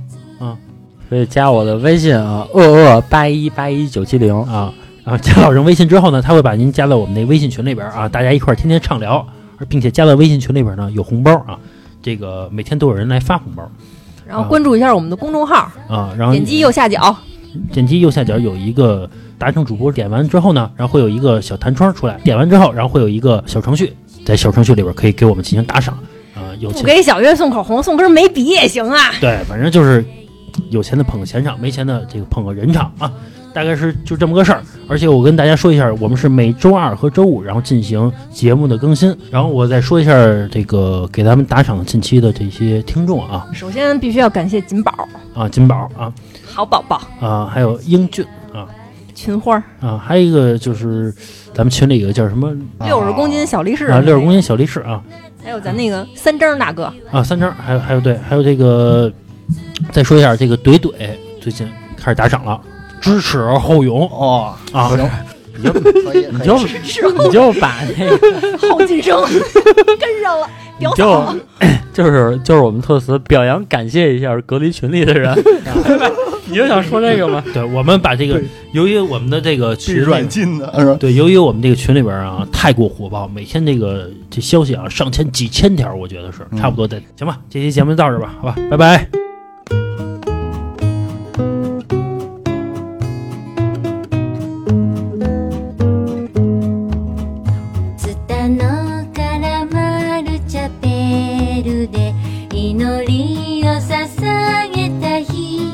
Speaker 4: 所以加我的微信啊，鳄鳄八一八一九七零。
Speaker 2: 啊啊，加老郑微信之后呢，他会把您加到我们那微信群里边啊，大家一块儿天天畅聊，而并且加到微信群里边呢有红包啊，这个每天都有人来发红包
Speaker 6: 然后关注一下我们的公众号，
Speaker 2: 啊，然后
Speaker 6: 点击右下角，
Speaker 2: 点击右下角有一个达成主播，点完之后呢，然后会有一个小弹窗出来，点完之后，然后会有一个小程序，在小程序里边可以给我们进行打赏，啊、有
Speaker 6: 不
Speaker 2: 钱
Speaker 6: 给小月送口红，送根眉笔也行啊。
Speaker 2: 对，反正就是有钱的捧个钱场，没钱的这个捧个人场啊，大概是就这么个事儿。而且我跟大家说一下，我们是每周二和周五然后进行节目的更新，然后我再说一下这个给咱们打赏近期的这些听众啊
Speaker 6: 首先必须要感谢锦宝，
Speaker 2: 啊，金宝啊
Speaker 6: 好宝宝，
Speaker 2: 啊，还有英俊啊。
Speaker 6: 群花儿，
Speaker 2: 啊，还有一个就是咱们群里有个叫什么
Speaker 6: 六十公斤小力士哎
Speaker 2: 啊，六十公斤小力士啊
Speaker 6: 还有咱那个三张大哥，
Speaker 2: 啊，三张，还有还有对，还有这个，再说一下这个怼怼最近开始打赏了，知耻而后勇
Speaker 3: 哦，
Speaker 2: 啊，
Speaker 3: 可以，
Speaker 4: 你就你就把那个
Speaker 6: 后 进生跟上了，屌死
Speaker 4: 就
Speaker 6: 了。
Speaker 4: 就是 就是我们特词表扬感谢一下隔离群里的人， 你就想说这个吗？
Speaker 2: 对，我们把这个
Speaker 3: 对
Speaker 2: 由于我们的这个
Speaker 3: 这
Speaker 2: 群里
Speaker 3: 软禁的啊是吧？
Speaker 2: 对，由于我们这个群里边啊太过火爆，每天这个这消息啊上千几千条，我觉得是
Speaker 3: 嗯
Speaker 2: 差不多得行吧，这期节目就到这儿吧，好吧，拜拜。
Speaker 1: ツタの絡まるチャペルで祈りを捧げた日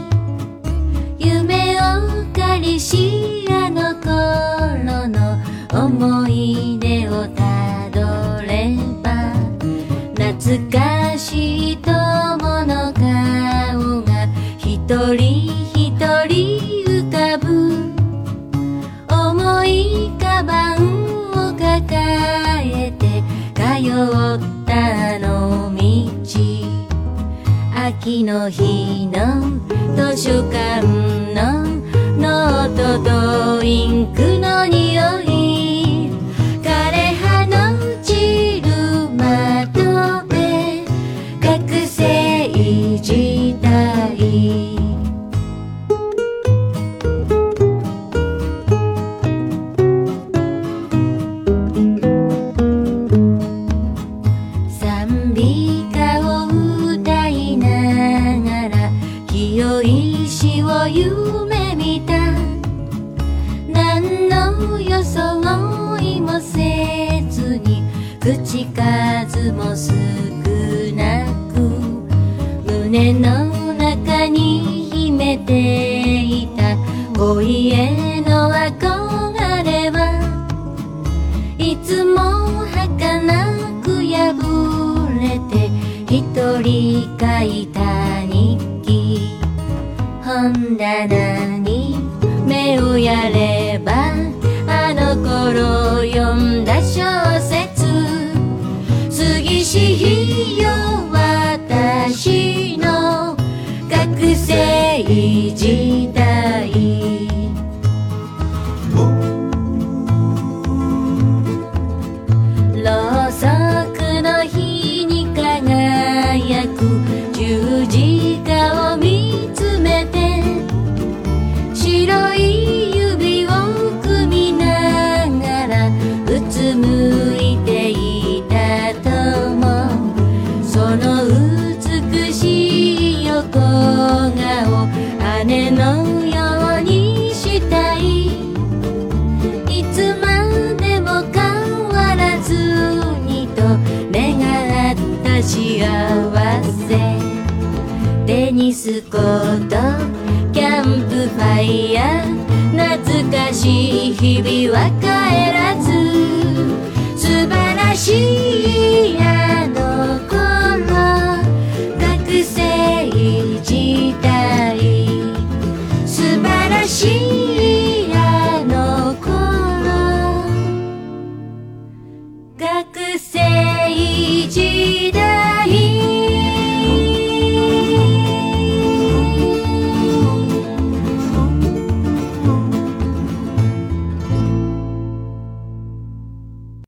Speaker 1: 夢を借りしあの頃の思い出をたどれば懐かしい友の顔が一人一人浮かぶ重いカバンを抱えて通ったあの道秋の日の図書館のノートとインクの匂い枯葉の散る窓辺学生時代うよ揃いもせずに口数も少なく胸の中に秘めていた恋への憧れはいつも儚く破れて一人書いた日記本棚に目をやればあの頃読んだ小説杉しひよ私の学生時代ろうそくの火に輝く十字架を見つめて白い指を組みながらうつむいていたともその美しい横顔姉のようにしたいいつまでも変わらずにと願った幸せテニスコートキャンプファイヤー懐かしい日々は帰ら